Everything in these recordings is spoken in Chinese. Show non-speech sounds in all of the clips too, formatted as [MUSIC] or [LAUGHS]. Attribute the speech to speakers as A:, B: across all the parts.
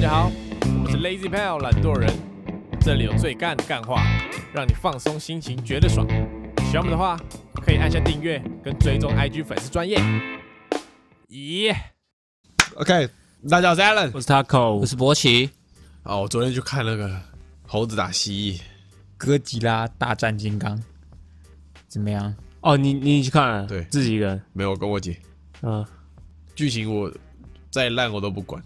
A: 家好，
B: 嗯
A: 我是 Lazy Pal 懒惰人，这里有最干的干话，让你放松心情，觉得爽。喜欢我们的话，可以按下订阅跟追踪 IG 粉丝专业。咦、
C: OK，大家好，我是 Alan。
D: 我是 Taco，
B: 我是博奇，
C: 哦，我昨天去看那个猴子打蜥蜴，
B: 哥吉拉大战金刚，怎么
C: [LAUGHS]
B: 样？
D: 哦，你你去看了？
C: 对
D: 自己一个人。
C: 没有我跟我姐。
B: 啊
D: 嗯，
C: 剧情我再烂我都不管，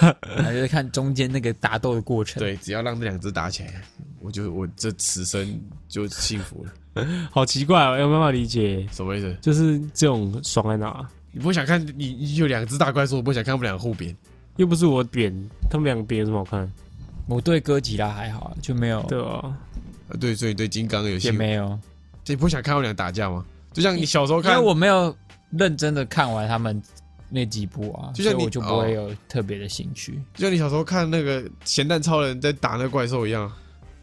B: 然后就是看中间那个打斗的过程。
C: 对，只要让这两只打起来，我就我这此生就幸福了。
D: 好奇怪哦，有没有办法理解？
C: 什么意思？
D: 就是这种爽在哪？
C: 你不想看你你有两只大怪兽，我不想看他们俩互扁。
D: 又不是我扁，他们两个扁有什么好看？
B: 哦我对哥吉拉还好，就没有，
D: 对啊，
C: 呃对，所以你对金刚有
B: 也
C: 兴趣？
B: 没有，
C: 你不想看他们俩打架吗？就像你小时候
B: 因为
C: 看，
B: 我没有认真的看完他们那几部啊，
C: 就像
B: 所以
C: 你哦
B: 我就不会有特别的兴趣。
C: 就像你小时候看那个咸蛋超人在打那个怪兽一样，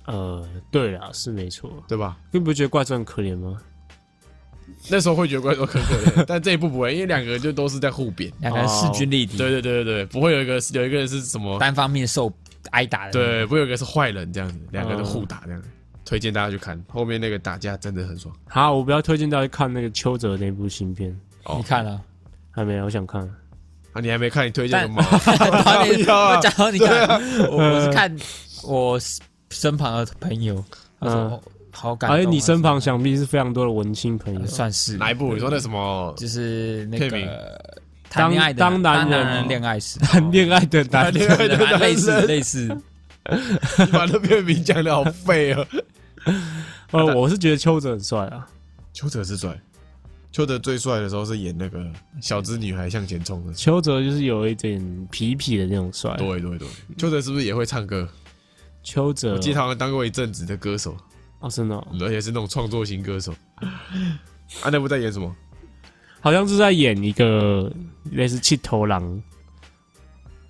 D: 呃，对啦，是没错。
C: 对吧？
D: 你不觉得怪兽很可怜吗？
C: 那时候会觉得怪兽可可
B: [LAUGHS]
C: 怜，但这一部不会，因为两个就都是在互扁。
B: 两个人势均力敌，
C: 哦对对对对对，不会有一个有一个人是什么
B: 单方面受挨打的。，
C: 对，不会有一个是坏人这样子，两个都
D: 嗯
C: 互打这样子。推荐大家去看，后面那个打架真的很爽。
D: 好，我不要推荐大家看那个邱泽那部新片，
C: 哦
B: 你
C: [LAUGHS]
B: 看了？ [LAUGHS]
D: 还没，我想看。
C: 啊，你还没看，你推荐个
B: 但
C: 毛？
B: 然后你
C: 要啊嗯
B: 我讲到你看，我我是看我身旁的朋友，他说
D: 嗯
B: 哦好感动
D: 而
C: 哎
B: 啊。
D: 且你身旁想必是非常多的文青朋友。
B: 算是
C: 哪一部？你说那什
B: [LAUGHS]
C: 么？
B: 就是那
C: 片
B: 个谈恋爱的
D: 当当
B: 男
D: 男人
B: 人恋
C: [LAUGHS]
B: 爱史，
D: 谈
B: [LAUGHS]
D: 恋爱的男人，
C: 爱的男人
B: 类似类似，
C: 你把那片名讲的好废哦。
D: 呃，我是觉得邱泽很帅啊。
C: 邱泽是帅，邱泽最帅的时候是演那个小资女孩向前冲的。
D: 邱泽就是有一点痞痞的那种帅。
C: 对对对，邱泽是不是也会唱歌？
D: 邱泽，
C: 我记得他好像当过一阵子的歌手，
D: 哦，真的哦、
C: 而且是那种创作型歌手。啊，那部在演什么？
D: 好像是在演一个类似气头狼，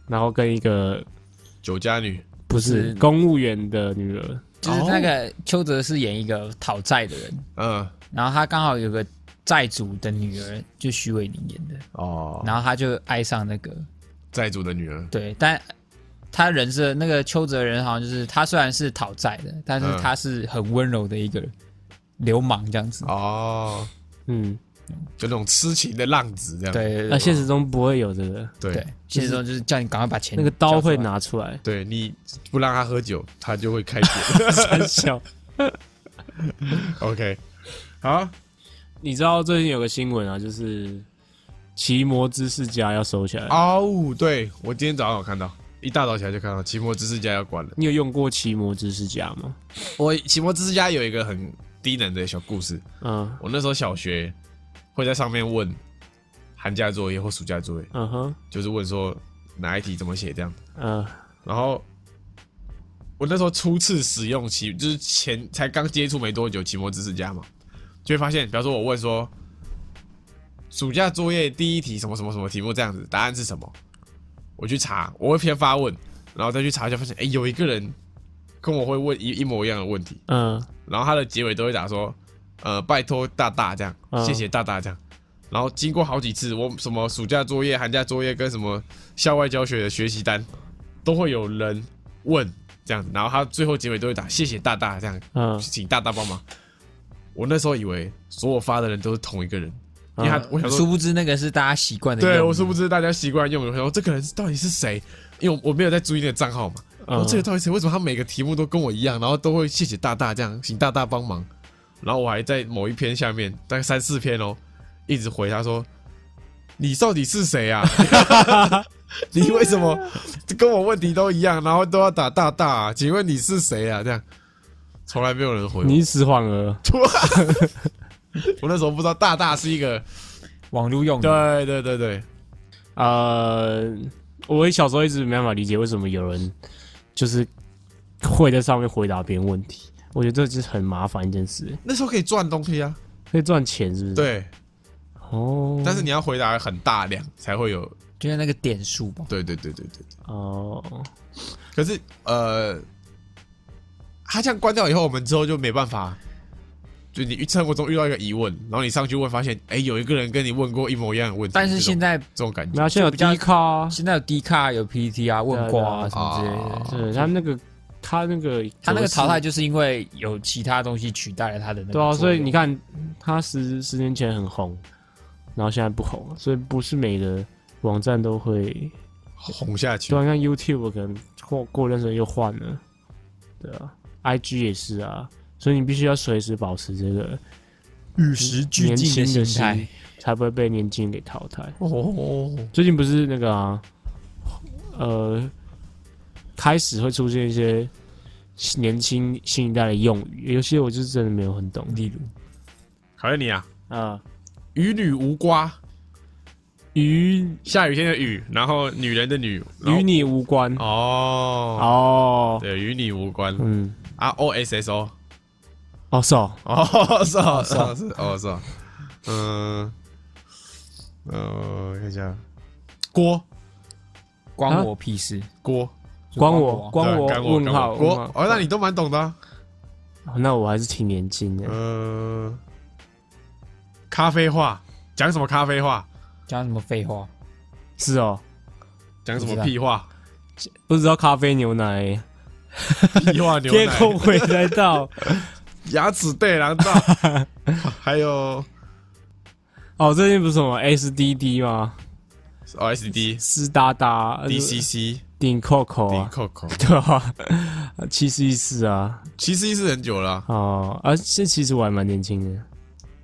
D: 然后跟一个
C: 酒家女。
D: 不是
B: 是
D: 公务员的女儿，
B: 就是那
C: 哦
B: 个邱泽是演一个讨债的人，
C: 嗯，
B: 然后他刚好有个债主的女儿，就徐伟宁演的，
C: 哦，
B: 然后他就爱上那个
C: 债主的女儿。
B: 对，但他人设那个邱泽人好像就是他虽然是讨债的，但是
C: 嗯
B: 他是很温柔的一个流氓这样子，
C: 哦，
D: 嗯，
C: 就那种痴情的浪子这样。
B: 对对
D: 那
B: 对
D: 啊现实中不会有这个，
C: 对
B: 对，现实中就是叫哎你赶快把钱
D: 那个刀会
B: 交出来，
D: 拿出来，
C: 对你不让他喝酒，他就会开酒。
D: [LAUGHS] 很小。
C: OK，好，
D: 你知道最近有个新闻啊，就是奇摩知识家要收起来。
C: 哦，对我今天早上有看到，一大早起来就看到奇摩知识家要关了。
D: 你有用过奇摩知识家吗？
C: 我奇摩知识家有一个很低能的小故事，
D: 嗯
C: 我那时候小学会在上面问寒假作业或暑假作业，
D: 嗯哼
C: 就是问说哪一题怎么写这样。
D: 嗯
C: 然后我那时候初次使用奇，就是前才刚接触没多久奇摩知识家嘛，就会发现，比方说我问说，暑假作业第一题什么什么什么题目这样子，答案是什么？我去查，我会先发问，然后再去查一下，发现哎、诶有一个人跟我会问一一模一样的问题，
D: 嗯，
C: 然后他的结尾都会打说，呃，拜托大大这样，
D: 嗯
C: 谢谢大大这样。然后经过好几次，我什么暑假作业、寒假作业跟什么校外教学的学习单，都会有人问这样子，然后他最后结尾都会打谢谢大大这样，
D: 嗯
C: 请大大帮忙。我那时候以为所有发的人都是同一个人，因为他我想说
B: 殊不知那个嗯是大家习惯的用语，
C: 对，我殊不知大家习惯用语，然后这个人是到底是谁？因为我我没有在注意那个账号嘛，
D: 嗯
C: 然后哦这个到底是谁？为什么他每个题目都跟我一样，然后都会谢谢大大这样，请大大帮忙。然后我还在某一篇下面，大概三四篇哦，一直回他说：“你到底是谁啊？ [LAUGHS] 你为什么跟我问题都一样，然后都要打大大、啊？请问你是谁啊？”这样从来没有人回我。
D: 你是死谎儿，
C: 我那时候不知道大大是一个，
B: 网络用语。
C: 对对对对，
D: 呃，我小时候一直没办法理解为什么有人就是会在上面回答别人问题，我觉得这就是很麻烦一件事，
C: 那时候可以赚东西啊，
D: 可以赚钱是不是？，
C: 对。
D: 哦，
C: 但是你要回答很大量才会有，
B: 就是那个点数吧。
C: 对对对对对对。
D: 哦，
C: 可是呃，他这样关掉以后，我们之后就没办法就你生活中遇到一个疑问，然后你上去问，发现哎、有一个人跟你问过一模一样的问题，
B: 但
C: 这
B: 是
C: 种
B: 现在
C: 这种感
D: 没
C: 觉
D: 有，现在有
B: 就比较
D: 低咖啊，
B: 现在有 D 卡、有 PT 啊、问瓜啊
D: 对
B: 什么之类的。
C: 啊
D: 对他那个他那个
B: 他那个
D: 格式
B: 淘汰就是因为有其他东西取代了他的那个
D: 对啊，所以你
B: 看，
D: 看他十十年前很红，然后现在不红了，所以不是每个网站都会。
C: 红下去
D: 就，好像 YouTube 可能过过一段时间又换了，对啊，IG 也是啊，所以你必须要随时保持这个
B: 与时俱
D: 年
B: 进
D: 轻
B: 的
D: 的
B: 心态
D: 心。，才不会被年轻人给淘汰。
C: 哦哦，哦
D: 最近不是那个啊，呃，开始会出现一些年轻新一代的用语，有些我就是真的没有很懂
B: 例如，
C: 考验你啊，
D: 啊。
C: 与女无瓜，
D: 与
C: 下雨天的雨，然后女人的女，然后
D: 与你无关
C: 哦，
D: 哦，
C: 对，与你无关
D: 嗯，
C: 啊，O S S O，
D: 哦是哦，
C: 哦，是哦，是哦，是哦，
B: [LAUGHS]
C: 是哦，嗯，呃，我看一下，锅
B: 关我屁事，
C: 锅，
B: 就
D: 关我
B: 关
D: 关我
C: 对干
D: 问号
C: 锅
D: 问，号，哦
C: 哦，那你都蛮懂的啊，
D: 那我还是挺年轻的。
C: 嗯，咖啡话，讲什么咖啡话？
B: 讲什么废话？
D: 是哦，
C: 讲什
B: 不
C: 么
B: 知道
C: 屁话？
D: 不知道咖啡牛奶，
C: 屁话牛
D: 天
C: 奶，
D: 空回来到
C: 牙齿对狼照， [LAUGHS] 还有
D: 哦，最近不是什么 SDD 吗？
C: O 哦 S D
D: 湿哒哒呃
C: D C C
D: 顶 Coco
C: 顶
D: 啊，
C: Coco，
D: [LAUGHS] 对啊，七十一四啊，
C: 其实是很久了啊。
D: 哦，而、啊、这其实我还蛮年轻的。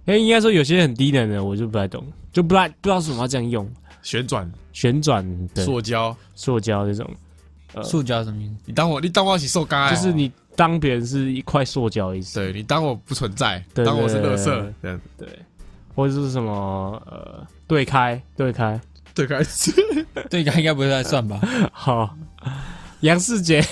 D: 哎、应该说有些很低能的，我就不太懂，就不太不知道为什么要这样用
C: 旋转、
D: 旋转的
C: 塑胶，
D: 塑胶这种，呃
B: 塑胶什么意思？
C: 你当我，你当我起受干，
D: 就是你当别人是一块塑胶的意思，
C: 对你当我不存在，
D: 对
C: 当我是垃
D: 对
C: 圾，这样
D: 对或者是什么呃对开
C: [LAUGHS]
D: 对开，
C: 对开始。
B: 对，应该应该不会再算吧？
D: 好，杨
C: [LAUGHS]
D: 世杰。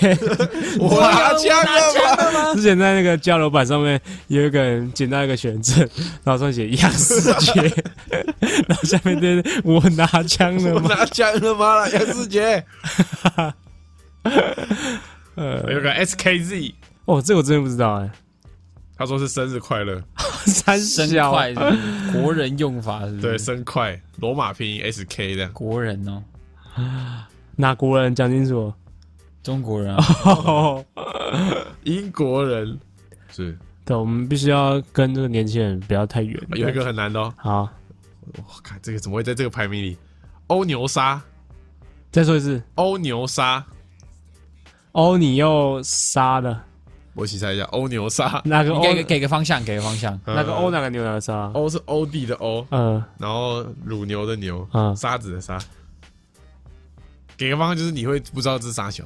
C: 我拿枪啊
D: 啊
C: 了吗？
D: 之前在那个交流板上面有一个人捡到一个选证，然后上面写杨世杰，
C: [LAUGHS]
D: 然后下面就是我拿枪
C: [LAUGHS]
D: 了
C: 我
D: 吗？
C: 拿枪了吗？杨世 [LAUGHS] 杰，
D: 呃，
C: 有个 S K Z，
D: 哦，这个我真的不知道哎、
C: 他说是生日快乐，
D: 三
B: 生
D: 小啊
B: 快是不是国人用法是不
C: 对，
B: 是？，
C: 生快，罗马拼音 S K 这样。
B: 国人哦，
D: 哪国人讲
C: [LAUGHS]
D: 清楚？
B: 中国人啊，
D: 哦，
C: 英国人是
D: 对，我们必须要跟这个年轻人不要太远。
C: 有一个很难的哦，
D: 好，
C: 我靠，这个怎么会在这个排名里？欧牛沙，
D: 再说一次，
C: 欧牛沙，
D: 欧你又杀了
C: 我一起猜一下，欧牛沙，
D: 哪个
B: 你
D: 欧？
B: 给个给个方向，给个方向。
D: 哪个
C: 呃
D: 欧？哪个牛哪个杀？
C: 欧是欧弟的欧，
D: 呃，
C: 然后乳牛的牛，
D: 嗯
C: 沙子的沙。给个方向就是你会不知道这是啥球，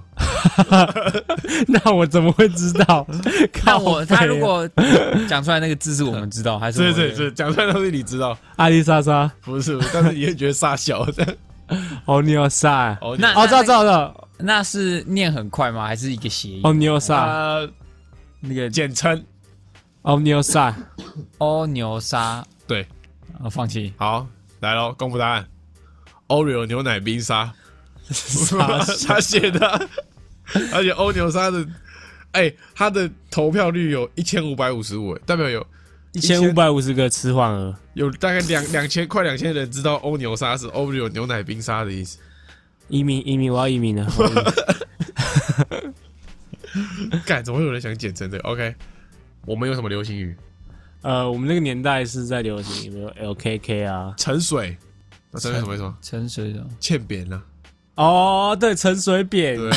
D: [LAUGHS] 那我怎么会知
B: [LAUGHS]
D: 道？啊
B: 那
D: 看
B: 我他如果讲出来那个字是我们知道，还是
C: [LAUGHS] 对
B: 我
C: 对对，讲出来的东西你知道，
D: 阿丽莎莎，
C: 不是，但是你会觉得沙小的。
D: 欧尼奥杀，
C: 哦，
B: 那
D: 哦，知道知道
B: [LAUGHS]
D: 知道，
B: 那是念很快吗？还是一个谐音？
D: 欧尼奥杀。
B: 啊
C: 呃，
B: 那个
C: 简称
D: o n i o s a
B: 欧哦牛沙，
C: 对，
B: 我放弃。
C: 好来喽，公布答案，Oreo 牛奶冰沙， [LAUGHS] 他写的，而且欧牛沙的，哎，他的投票率有一千五百五十五，代表有
D: 一千五百五十个吃换额，
C: 有大概两两千快两千人知道欧牛沙是 Oreo 牛奶冰沙的意思。
D: 移民移民，我要移
B: [LAUGHS]
D: 民了。我要移民
C: 干，怎么会有人想简称这个？OK，我们有什么流行语？
D: 呃，我们那个年代是在流行有没有 LKK 啊？
C: 沉水，那沉水什么意思吗？
B: 沉水的，
C: 欠扁了，
D: 哦，对，陈水扁， [LAUGHS]
C: 对，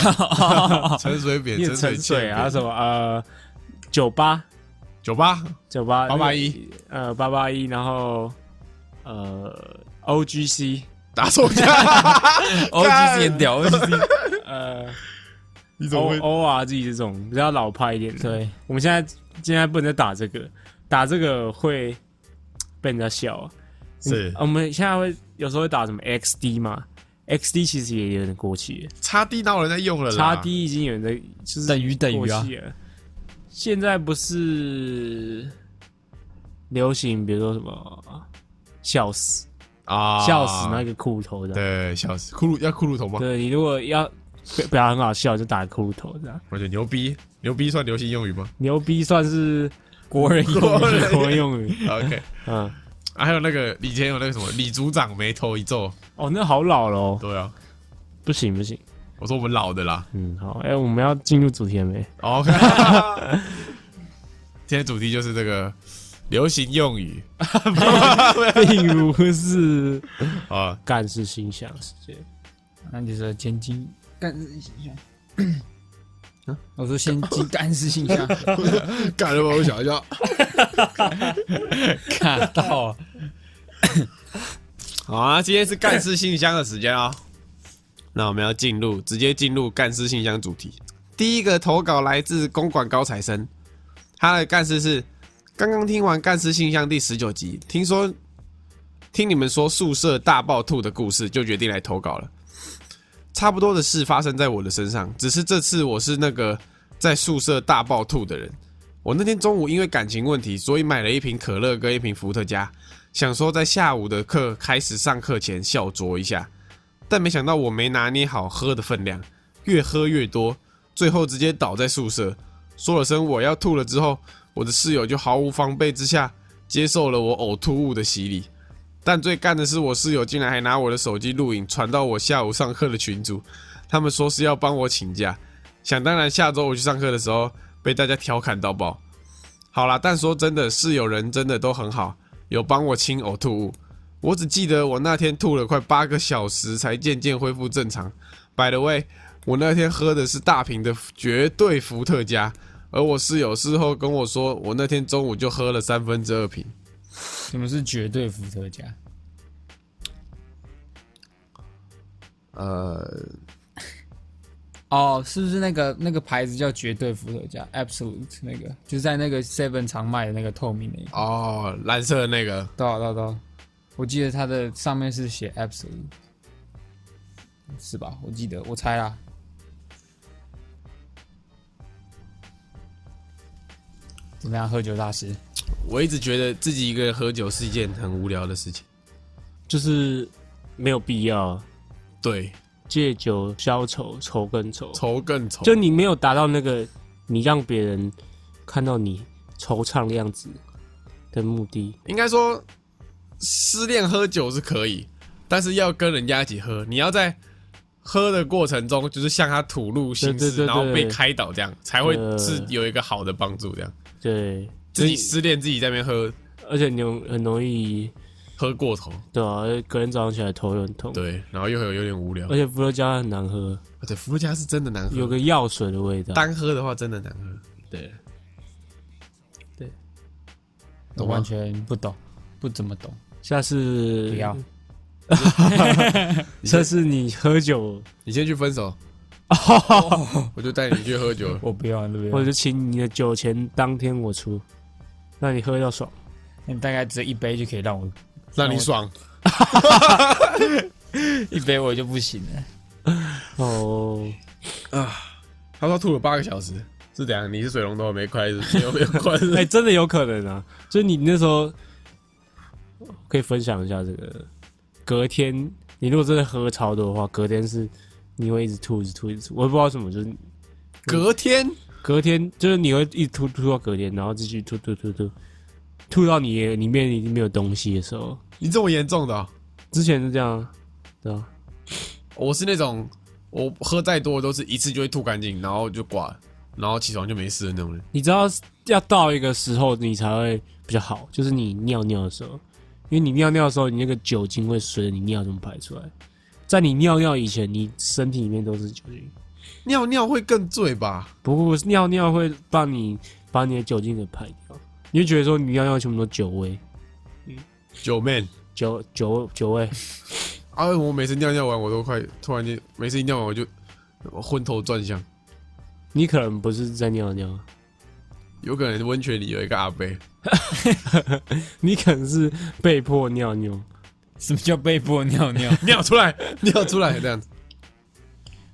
C: 沉水扁，
D: 念陈
C: 水
D: 水
C: 欠
D: 啊，
C: 扁
D: 什么呃，九八
C: 酒吧 [LAUGHS]
D: 九八
C: 八八，一
D: 呃，八八一，然后呃，OGC，
C: [LAUGHS] 打手
D: [LAUGHS]
C: 枪，
B: 哦，其实也屌，O G C
D: 呃
C: 你怎么
D: ，O
C: 会？
D: O R G 这种比较老派一点的。
B: 对，
D: 我们现在现在不能再打这个，打这个会被人家笑啊。
C: 是
D: 嗯我们现在会有时候会打什么 XD 嘛，XD 其实也有点过气了，
C: 叉 D 哪有人在用了啦？
D: 叉 D 已经有人在就是
B: 等于等
D: 过
B: 于啊，
D: 气了。现在不是流行，比如说什么笑死、
C: 啊，
D: 笑死那个骷髅头的，
C: 对，笑死，骷髅要骷髅头吗？
D: 对你如果要表表达很好笑，就打骷髅头这样。
C: 我觉得牛逼，牛逼算流行用语吗？
D: 牛逼算是
B: 国人用
C: 国人
D: 国用语，
C: OK，
D: [LAUGHS] 嗯，
C: 啊还有那个以前有那个什么李组长眉头一皱，
D: 哦，那好老了哦，
C: 对啊，
D: 不行不行，
C: 我说我们老的啦。
D: 嗯，好，哎、我们要进入主题了 [LAUGHS] 没？
C: 哦 OK，今天主题就是这个流行用语
D: 并如是
C: 啊，
D: [LAUGHS] 干是心想事界，
B: 那你说千金干事形象。我说先金啊干事形象，
C: 干了我想一下，
B: 卡到
C: 好啊，今天是干事信箱的时间啊、那我们要进入，直接进入干事信箱主题。第一个投稿来自公馆高材生，他的干事是刚刚听完干事信箱第十九集，听说听你们说宿舍大暴吐的故事，就决定来投稿了。差不多的事发生在我的身上，只是这次我是那个在宿舍大暴吐的人。我那天中午因为感情问题，所以买了一瓶可乐跟一瓶伏特加，想说在下午的课开始上课前小酌一下，但没想到我没拿捏好喝的分量，越喝越多，最后直接倒在宿舍，说了声我要吐了之后，我的室友就毫无防备之下接受了我呕吐物的洗礼。但最干的是，我室友竟然还拿我的手机录影传到我下午上课的群组，他们说是要帮我请假。想当然，下周我去上课的时候被大家调侃到爆。好啦，但说真的，室友人真的都很好，有帮我清呕吐物。我只记得我那天吐了快八个小时，才渐渐恢复正常。By the way，我那天喝的是大瓶的绝对伏特加，而我室友事后跟我说，我那天中午就喝了三分之二瓶。
B: 什么是绝对伏特加？
C: 呃，
B: 哦，是不是那个那个牌子叫绝对伏特加 （Absolute） 那个，就在那个 Seven 常卖的那个透明的一个。
C: 哦，蓝色的那个，
B: 对啊对啊对啊，我记得它的上面是写 Absolute，是吧？我记得，我猜啦。怎么样，喝酒大师？
C: 我一直觉得自己一个人喝酒是一件很无聊的事情。
D: 就是没有必要
C: 对，
D: 借酒消愁，愁更愁。
C: 愁更愁。
D: 就你没有达到那个你让别人看到你惆怅的样子的目的，
C: 应该说，失恋喝酒是可以，但是要跟人家一起喝，你要在喝的过程中，就是向他吐露心
D: 对对
C: 事，
D: 对对
C: 然后被开导，这样才会
D: 对
C: 是有一个好的帮助。这样
D: 对，
C: 自己失恋，自己在那边喝
D: 而且你容很容易
C: 喝过头，
D: 对啊，隔天早上起来头又很痛，
C: 对，然后又有有点无聊
D: 而。且伏特加很难喝，
C: 对，伏特加是真的难
D: 哎有
C: 喝，
D: 个药水的味道。
C: 单喝的话真的难喝。对，
B: 我
C: 懂吗
B: 完全不懂，不怎么懂。
D: 下次
B: 不要，
D: 下次你喝酒
C: 你先去分
D: [LAUGHS]
C: 手，我就带你去喝酒。
B: 我不要，对不
D: 或
B: 对？
D: 者请你的酒钱当天我出，让你喝到 [LAUGHS] 爽。
B: 那你大概只有一杯就可以让我， [LAUGHS]
C: 让你爽。
B: 一杯我就不行了。
D: 哦，
C: 他说吐了八个小时，是怎样？你是水龙头没开，是不是没有没有关
D: 哎、
C: 系？
D: 真的有可能啊！就是你那时候可以分享一下这个，隔天你如果真的喝超多的话，隔天是你会一直吐，一直吐，一直吐。我也不知道为什么，就是
C: 隔天
D: [LAUGHS] 隔天就是你会一直吐吐到隔天，然后继续吐吐吐吐，吐到你里面已经没有东西的时候。
C: [LAUGHS] 你这么严重的哦、
D: 之前是这样啊，对啊，
C: 我是那种我喝再多都是一次就会吐干净，然后就挂了，然后起床就没事的那种人。
D: 你知道要到一个时候你才会比较好，就是你尿尿的时候，因为你尿尿的时候，你那个酒精会随着你尿中排出来。在你尿尿以前，你身体里面都是酒精，
C: 尿尿会更醉吧？
D: 不过尿尿会帮你把你的酒精给排掉，你就觉得说你尿尿全部都酒味，
C: 九妹，
D: 酒酒酒味，
C: 啊！我每次尿尿完我都快突然间，每次一尿完我就我昏头转向。
D: 你可能不是在尿尿，
C: 有可能温泉里有一个阿伯， [LAUGHS]
D: 你可能是被迫尿尿。
B: 什么叫被迫尿 [LAUGHS] 尿？
C: 尿出来，尿出来这样子。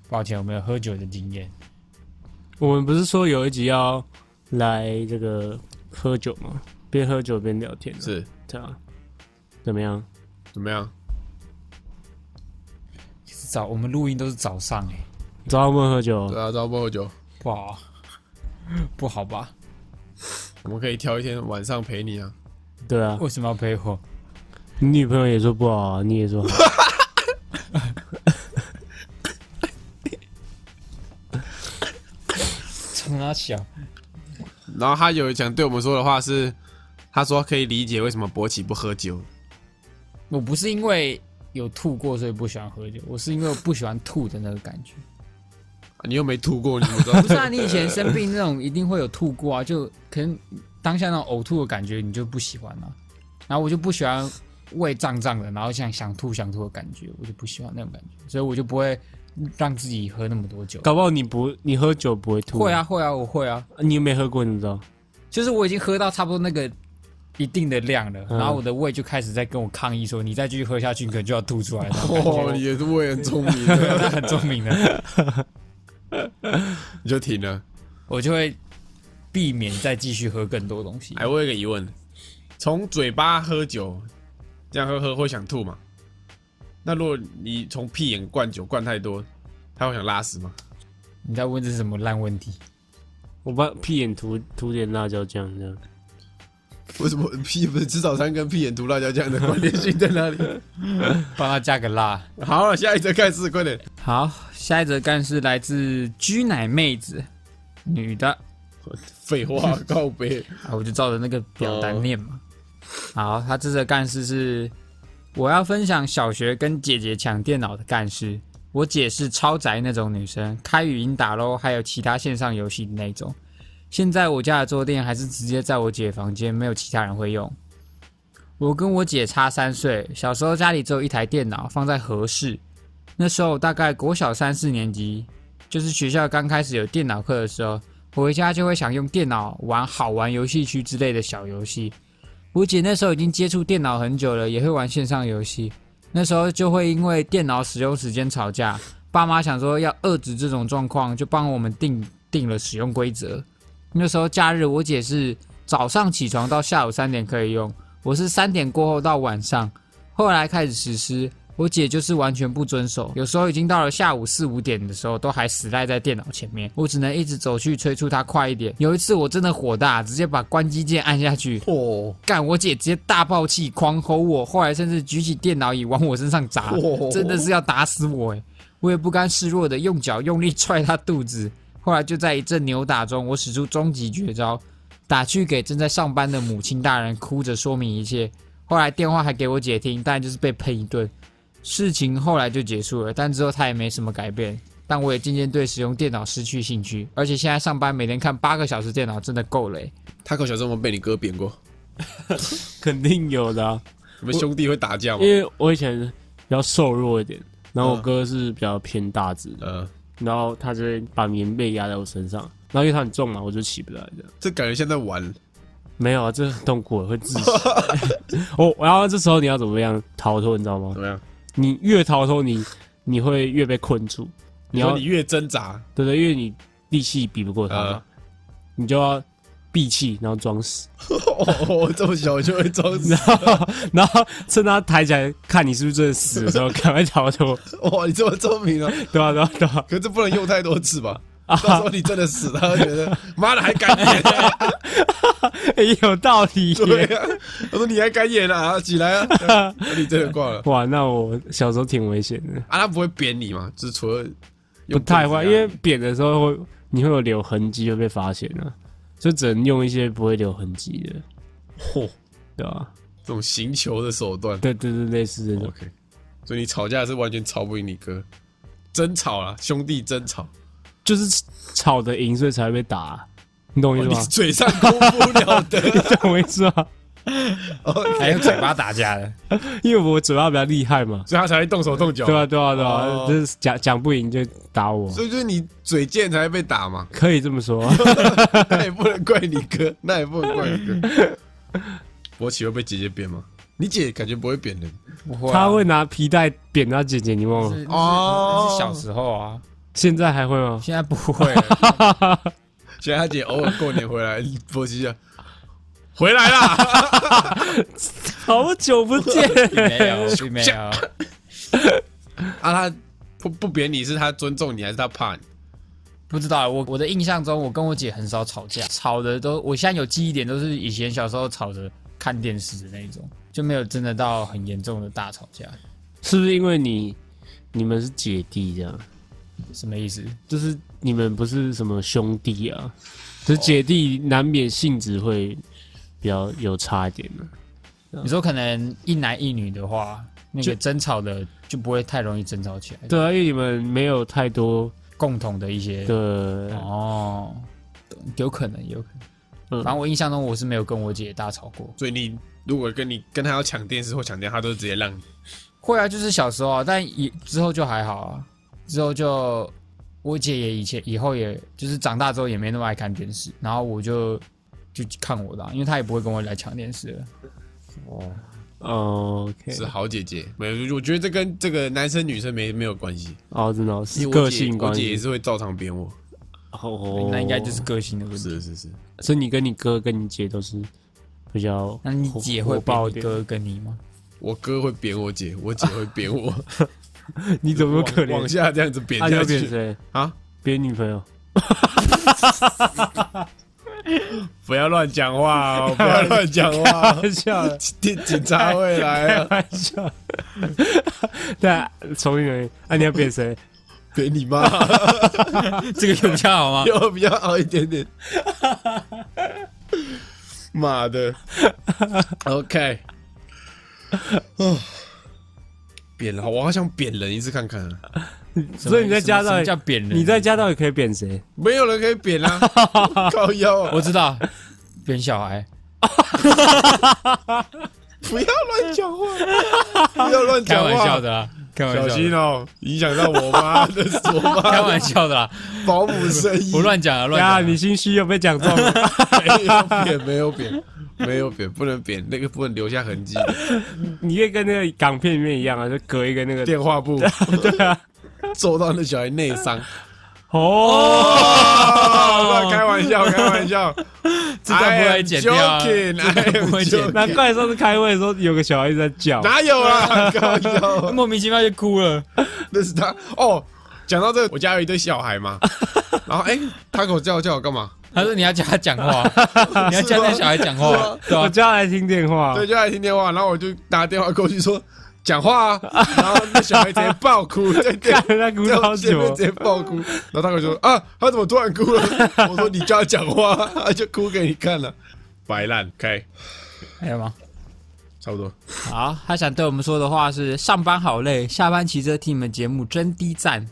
B: 抱歉，我没有喝酒的经验。
D: 我们不是说有一集要来这个喝酒吗？边喝酒边聊天、啊，
C: 是
D: 对啊，怎么样？
C: 怎么样？
B: 早，我们录音都是早上哎、
D: 找我们喝酒
C: 嗯
B: 啊
C: 对，啊，招不喝酒。
B: 不好，不好吧？
C: 我们可以挑一天晚上陪你啊。
D: 对啊，
B: 为什么要陪我？
D: 你女朋友也说不好啊，你
B: [LAUGHS]
D: 也说好。
B: 冲他小，
C: 然后他有讲对我们说的话是，他说可以理解为什么勃起不喝酒，
B: 我不是因为有吐过所以不喜欢喝酒，我是因为我不喜欢吐的那个感
C: [LAUGHS]
B: 觉。
C: 啊你又没吐过，你怎么知道
B: 不？是啊，你以前生病那种一定会有吐过啊，就可能当下那种呕吐的感觉你就不喜欢了、然后我就不喜欢胃胀胀的，然后想想吐想吐的感觉，我就不喜欢那种感觉，所以我就不会让自己喝那么多酒。
D: 搞不好你不，你喝酒不会吐。
B: 会啊，会啊，我会啊，
D: 你有没有喝过？你知道？
B: 就是我已经喝到差不多那个一定的量了，
D: 嗯
B: 然后我的胃就开始在跟我抗议说：“你再继续喝下去，你可能就要吐出来了。
C: [LAUGHS] 哦，你也是胃很聪
B: [LAUGHS]
C: 明，
B: 对我是很聪明的，
C: [LAUGHS] 你就停了。
B: 我就会避免再继续喝更多东西。
C: 哎，我有一个疑问，从嘴巴喝酒，这样喝喝会想吐吗？那如果你从屁眼灌酒灌太多，他会想拉屎吗？
B: 你在问这是什么烂问题？
D: 我把屁眼涂涂点辣椒酱这样。
C: [LAUGHS] 为什么屁不是吃早餐跟屁眼涂辣椒酱的关联性在哪里？
B: [LAUGHS] 帮他加个辣。
C: [LAUGHS] 好了，下一则开始，快点。
B: 好，下一则干事来自居奶妹子，女的
C: 废 [LAUGHS] 话，告别。
B: 啊，我就照着那个表单念嘛。好，她这则干事是我要分享小学跟姐姐抢电脑的干事。我姐是超宅那种女生，开语音打喽，还有其他线上游戏的那种。现在我家的桌垫还是直接在我姐房间，没有其他人会用。我跟我姐差三岁，小时候家里只有一台电脑放在和室，那时候大概国小三四年级，就是学校刚开始有电脑课的时候，回家就会想用电脑玩好玩游戏区之类的小游戏。我姐那时候已经接触电脑很久了，也会玩线上游戏。那时候就会因为电脑使用时间吵架，爸妈想说要遏制这种状况，就帮我们定定了使用规则。那时候假日，我姐是早上起床到下午三点可以用，我是三点过后到晚上。后来开始实施，我姐就是完全不遵守，有时候已经到了下午四五点的时候，都还死赖在电脑前面，我只能一直走去催促她快一点。有一次我真的火大，直接把关机键按下去，
C: 哦，
B: 干我姐直接大爆气，狂吼我，后来甚至举起电脑椅往我身上砸，
C: 哦
B: 真的是要打死我哎！我也不甘示弱的用脚用力踹她肚子，后来就在一阵扭打中，我使出终极绝招，打去给正在上班的母亲大人，哭着说明一切。后来电话还给我姐听，但就是被喷一顿。事情后来就结束了，但之后她也没什么改变。但我也渐渐对使用电脑失去兴趣，而且现在上班每天看八个小时电脑真的够了欸、
C: 他口小时候有没有被你哥扁过？
D: 肯定有的、啊，
C: 你们兄弟会打架吗
D: 因？为我以前比较瘦弱一点，然后我
C: 嗯
D: 哥是比较偏大只的，
C: 呃，
B: 嗯
D: 然后他就会把棉被压在我身上，然后因为他很重嘛，我就起不来这样。
C: 这感觉像在玩，
D: 没有啊，这很痛苦，会窒息。
B: [LAUGHS]
D: 哦，然后这时候你要怎么样逃脱，你知道吗
C: 怎？么样？
D: 你越逃脱，你你会越被困住。
C: 你
D: 你
C: 说
D: 要
C: 你越挣扎，
D: 对对，因为你力气比不过他，
C: 呃
D: 嘛，，你就要闭气，然后装死， [LAUGHS]
C: 哦，这么小就会 [LAUGHS] 装死
D: 然，后然后趁他抬起来看你是不是真的死的时候，赶快
C: [LAUGHS]
D: 逃脱，
C: 哇，你这么聪明啊！
D: 对吧、对吧、对吧、
C: 可这不能用太多次
D: [LAUGHS]
C: 吧？
D: 啊
C: 到时候你真的死了，他会觉得妈的还敢演，
D: 哎有道理耶
C: 对啊，
D: [LAUGHS]
C: 我说你还敢演啊，起来啊！你真的挂了
D: 哇，那我小时候挺危险的，
C: 啊？他不会扁你吗？就是除了
D: 不
C: 用
D: 太会，啊
C: 棍子啊
D: 因
C: 这
D: 为
C: 样
D: 扁的时候会你会有留痕迹，会被发现啊，就只能用一些不会留痕迹的，
C: 嚯
D: 对吧、
C: 这种行球的手段
D: 对对对，类似这种。
C: ，OK，所以你吵架是完全吵不赢你哥，争吵啊，兄弟争吵。
D: 就是吵得赢，所以才会被打、你懂我意
C: 哦你
D: 思吗？
C: 嘴上功夫了
D: 你 [LAUGHS]
C: 得，
D: 懂我意思吗？
B: 还用嘴巴打架的。
D: [LAUGHS] 因为我嘴巴比较厉害嘛。
C: 所以他才会动手动脚。
D: 对啊，，对啊，对啊
C: 哦，
D: 就是讲讲不赢就打我，，
C: 所以就是啊你嘴贱才会被打嘛
D: 可以这么说。
C: [LAUGHS] 那也不能怪你哥，那也不能怪你哥。博奇会被姐姐扁吗？你姐感觉不会扁人
B: 不会啊
D: 他会拿皮带扁他姐姐，你忘了？
B: 是
C: 哦
B: 哦，是小时候啊，
D: 现在还会吗？
B: 现在不会了。
C: 现在他姐偶尔过年回来，博奇啊，回来啦， [LAUGHS]
D: 好久不见，
B: 并没有，并没有，
C: 啊他不不扁你是他尊重你还是他怕你？
B: 不知道，我我的印象中，我跟我姐很少吵架，吵的都，我现在有记忆点都是以前小时候吵着看电视的那一种，就没有真的到很严重的大吵架。
D: 是不是因为你你们是姐弟这样？
B: 什么意思？
D: 就是你们不是什么兄弟啊，就是姐弟难免性质会比较有差一点的、
B: 你说可能一男一女的话，那
D: 就
B: 个争吵的就不会太容易争吵起来，
D: 对啊，因为你们没有太多
B: 共同的一些
D: 的，
B: 哦，有可能，有可能。
D: 嗯
B: 反正我印象中我是没有跟我姐大吵过。
C: 所以你如果跟你跟他要抢电视或抢电话，他都是直接让你。
B: 会啊，就是小时候啊，但以之后就还好啊。之后就我姐也以前以后也就是长大之后也没那么爱看电视，然后我就就看我的啊、因为她也不会跟我来抢电视了。
D: 哦，OK，
C: 是好姐姐，没有，我觉得这跟这个男生女生没没有关系，
D: 哦，真的哦是
C: 因为我
D: 个
C: 姐
D: 性
C: 我
D: 关
C: 姐也
D: 系，
C: 是会照常扁我，
D: 哦，
B: 那应该就是，个性的问题。
C: 是是是，
D: 所以你跟你哥跟你姐都是比较，
B: 那你姐会
D: 火爆
B: 抱你
D: 一 [LAUGHS] 点
B: 哥跟你吗？
C: 我哥会扁我姐，我姐会扁我，
D: 你怎么可
C: 往
D: 怜？
C: 下这样子扁
D: 啊，你
C: 下
D: 要扁
C: 去
D: 谁？
C: 啊！
D: 扁
B: [LAUGHS]
D: 女朋友？
C: 不要乱讲话 [LAUGHS] 哦，不要乱讲话哦，
D: 笑 [LAUGHS]
C: [LAUGHS]
D: 了，
C: 警警察会来 [LAUGHS] 啊，
D: 开玩笑。但从你而言，啊，你要扁谁？
C: 扁你 [LAUGHS] 妈，
B: [LAUGHS] 这个有比较好吗？
C: 又比较好一点点。 [LAUGHS] 妈的，OK，啊扁了，我好想扁人一次看看啊！
D: [LAUGHS] 所以你在家
B: [LAUGHS] 什么
D: 到
B: 叫
D: 底，
B: 扁人？
D: 你在家到底可以扁谁？
C: 没有人可以扁 [LAUGHS] 啊，靠腰啊！
B: 我知道扁小孩，
C: 不要乱讲话，不要乱
B: 开
C: 讲话，
B: 玩笑的啦，开玩笑
C: 小
B: 的，
C: 心
D: 啊
C: 哦，影响到我妈的我
B: 开
C: 妈
B: 玩笑的啦，
C: 保姆生意。
B: 我乱讲啊，乱
D: 呀，
B: 讲啊。
D: 你心虚又被讲中 [LAUGHS] 啊了。
C: [LAUGHS] 没有哎扁，没有扁，没有扁，不能扁，那个不能留下痕迹。
D: 你越跟那个港片里面一样啊，就隔一个那个
C: 电话
B: [LAUGHS]
C: 簿
D: 对啊，
C: 揍到那小孩内伤，
D: [LAUGHS]
C: 啊
D: 哦，
C: 乱开玩笑，开玩笑，
B: [LAUGHS]
C: 这
B: 段不会剪掉啊
C: joking，
B: [LAUGHS] 这段不会剪
C: I am joking
B: 掉
D: 难怪上次开会的时候有个小孩一直在叫，
C: 哪有啊？搞笑，
B: 莫名其妙就哭了，
C: 那是他哦。讲到这个，我家有一堆小孩嘛，然后哎，他给我叫叫我干嘛？
B: 他说你要叫他讲话，啊
D: [LAUGHS]
B: 你要叫那小孩讲话，啊对
D: 我
B: 吧？
D: 叫他来听电话
C: 啊对，，就爱听电话，然后我就拿电话过去说讲话啊，然后那小孩直接爆哭，在电
D: 干他
C: [LAUGHS]
D: 哭
C: 在
D: 好
C: 我啊前面
D: 久
C: 直，接爆哭，然后他跟我说啊，他怎么突然哭了？ [LAUGHS] 我说你叫他讲话 [LAUGHS] 啊，他就哭给你看了，白烂开，
B: 还有吗？
C: 差不多。
B: 好，他想对我们说的话是：上班好累，下班骑车听你们节目真低赞。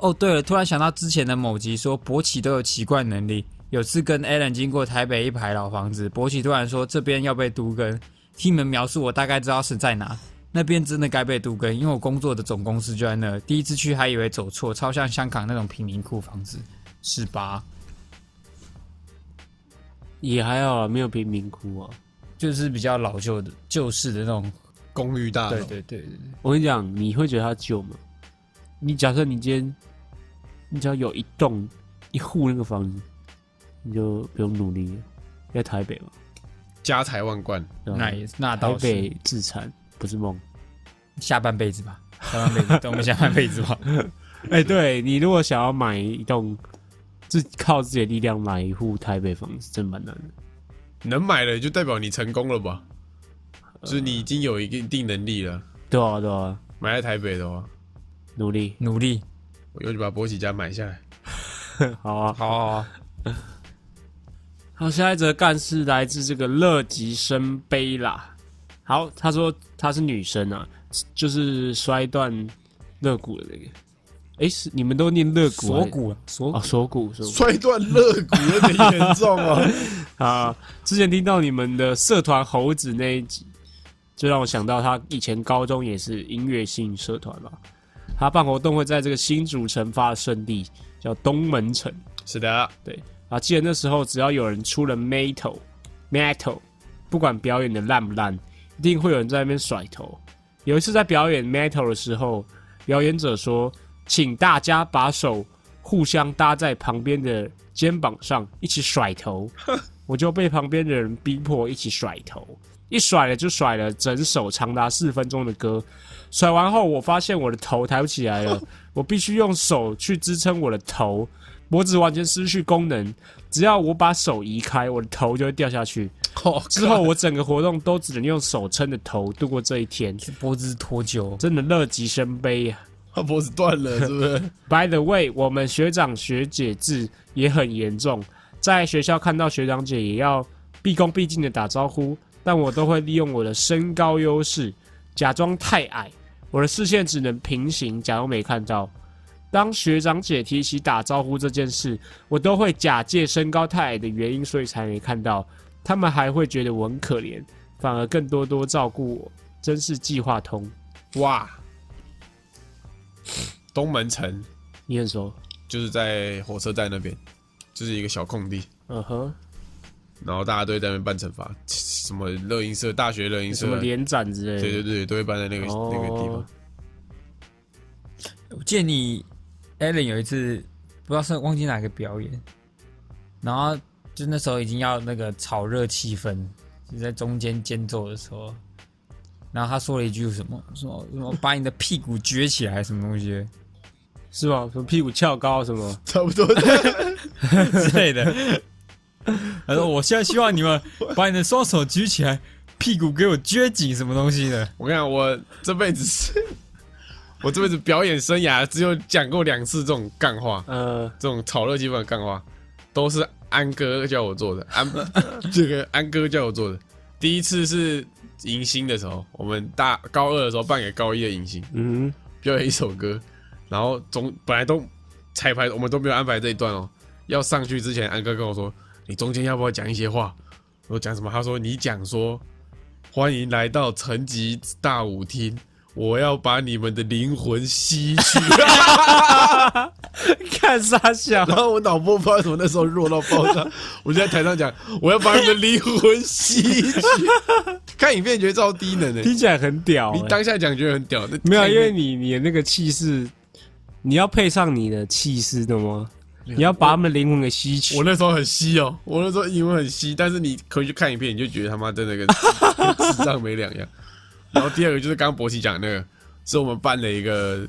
B: 哦，对了，突然想到之前的某集说博奇都有奇怪能力。有次跟 Alan 经过台北一排老房子，博奇突然说这边要被都跟，听你们描述我大概知道是在哪，那边真的该被都跟，因为我工作的总公司就在那。第一次去还以为走错，超像香港那种贫民窟房子，是吧？
D: 也还好啊，没有贫民窟啊。
B: 就是比较老旧的旧式的那种。
C: 公寓大楼
B: 对，对对对，
D: 我跟你讲，你会觉得它旧吗？你假设你今天，你只要有一栋一户那个房子，你就不用努力了，在台北嘛，
C: 家财万贯，
D: 对吧
B: 那也那
D: 台
B: 倒是。
D: 北自产不是梦。
B: 下半辈子吧，下半辈子，等我们下半辈子吧。
D: 哎、对你如果想要买一栋，自靠自己的力量买一户台北房子，真蛮难的。
C: 能买了就代表你成功了吧？就是你已经有一个一定能力了。
D: 对啊，对啊，
C: 买在台北的话，
D: 努
B: [LAUGHS]
D: 力，
B: 努力，
C: 我又去把博喜家买下来。
D: 好啊。
B: 好好好，
D: 好，下一则干事来自这个乐极生悲啦。好，他说她是女生啊，就是摔断肋骨的那个。哎、是你们都念肋骨还
B: 锁
D: 是？
B: 骨，啊锁
D: 哦，锁骨，锁骨
C: 摔断肋骨有点严重哦，
D: 啊！之前听到你们的社团猴子那一集，就让我想到他以前高中也是音乐性社团嘛。他办活动会在这个新竹城发圣地，叫东门城。
C: [LAUGHS] 是的，
D: 啊，记得那时候只要有人出了 metal metal，不管表演的烂不烂，一定会有人在那边甩头。有一次在表演 metal 的时候，表演者说：“请大家把手互相搭在旁边的肩膀上，一起甩头。”我就被旁边的人逼迫一起甩头，一甩了就甩了整首长达四分钟的歌。甩完后，我发现我的头抬不起来了，我必须用手去支撑我的头，脖子完全失去功能，只要我把手移开，我的头就会掉下去。
C: [LAUGHS] 哦
D: 之后我整个活动都只能用手撑着头度过这一天，
B: 脖子脱臼，
D: 真的乐极生悲啊呀、
C: 他脖子断了，是不是？
D: By the way，我们学长学姐制也很严重，在学校看到学长姐也要毕恭毕敬的打招呼，但我都会利用我的身高优势，假装太矮，我的视线只能平行，假装没看到。当学长姐提起打招呼这件事，我都会假借身高太矮的原因，所以才没看到。他们还会觉得我很可怜，反而更多多照顾我，真是计划通。
C: [LAUGHS] 哇，东门城
D: 你很熟，
C: 就是在火车站那边，就是一个小空地，
D: 嗯哼，
C: 然后大家都会在那边办惩罚，什么乐音社、大学乐音社，
D: 什么
C: 对
D: 连展之类的。
C: 对对，都会办在那个
D: 哦
C: 那个地方。
B: 我记得你 Allen 有一次不知道是忘记哪个表演，然后就那时候已经要那个炒热气氛，就在中间间奏的时候，然后他说了一句什么说什么把你的屁股撅起来什么东西 [LAUGHS]
D: 是吗？什么屁股翘高什么？
C: 差不多，
B: 之类的。 [LAUGHS] 他说：“我现在希望你们把你的双手举起来，屁股给我撅紧，什么东西的？
C: [LAUGHS] 我跟你讲，我这辈子是，我这辈子表演生涯只有讲过两次这种干话，
D: 呃，
C: 这种炒热气氛的干话，都是安哥叫我做的。安这个安哥叫我做的。第一次是迎新的时候，我们大高二的时候办给高一的迎新，
D: 嗯，
C: 表演一首歌，然后中本来都彩排，我们都没有安排这一段哦。要上去之前，安哥跟我说：“你中间要不要讲一些话？”我说：“讲什么？”他说：“你讲说，欢迎来到层级大舞厅，我要把你们的灵魂吸
D: [LAUGHS]
C: 去。
D: [LAUGHS] 看傻笑”，
C: 然后我脑波不知道为什么那时候弱到爆炸，我就在台上讲：“我要把你们灵魂吸
D: [LAUGHS]
C: 去。”看影片觉得超低能的、
D: 听起来很屌、
C: 你
D: 欸
C: 当下讲觉得很屌，那
D: 没有，啊
C: 看
D: 因
C: 影
D: 为
C: 片
D: 你你的那个气势，你要配上你的气势的吗？你要把他们的灵魂给吸取
C: 我。那时候很稀哦，我那时候英文很稀，但是你回去看影片，你就觉得他妈真的跟跟智障没两样。然后第二个就是刚刚博奇讲的那个，是我们办了一个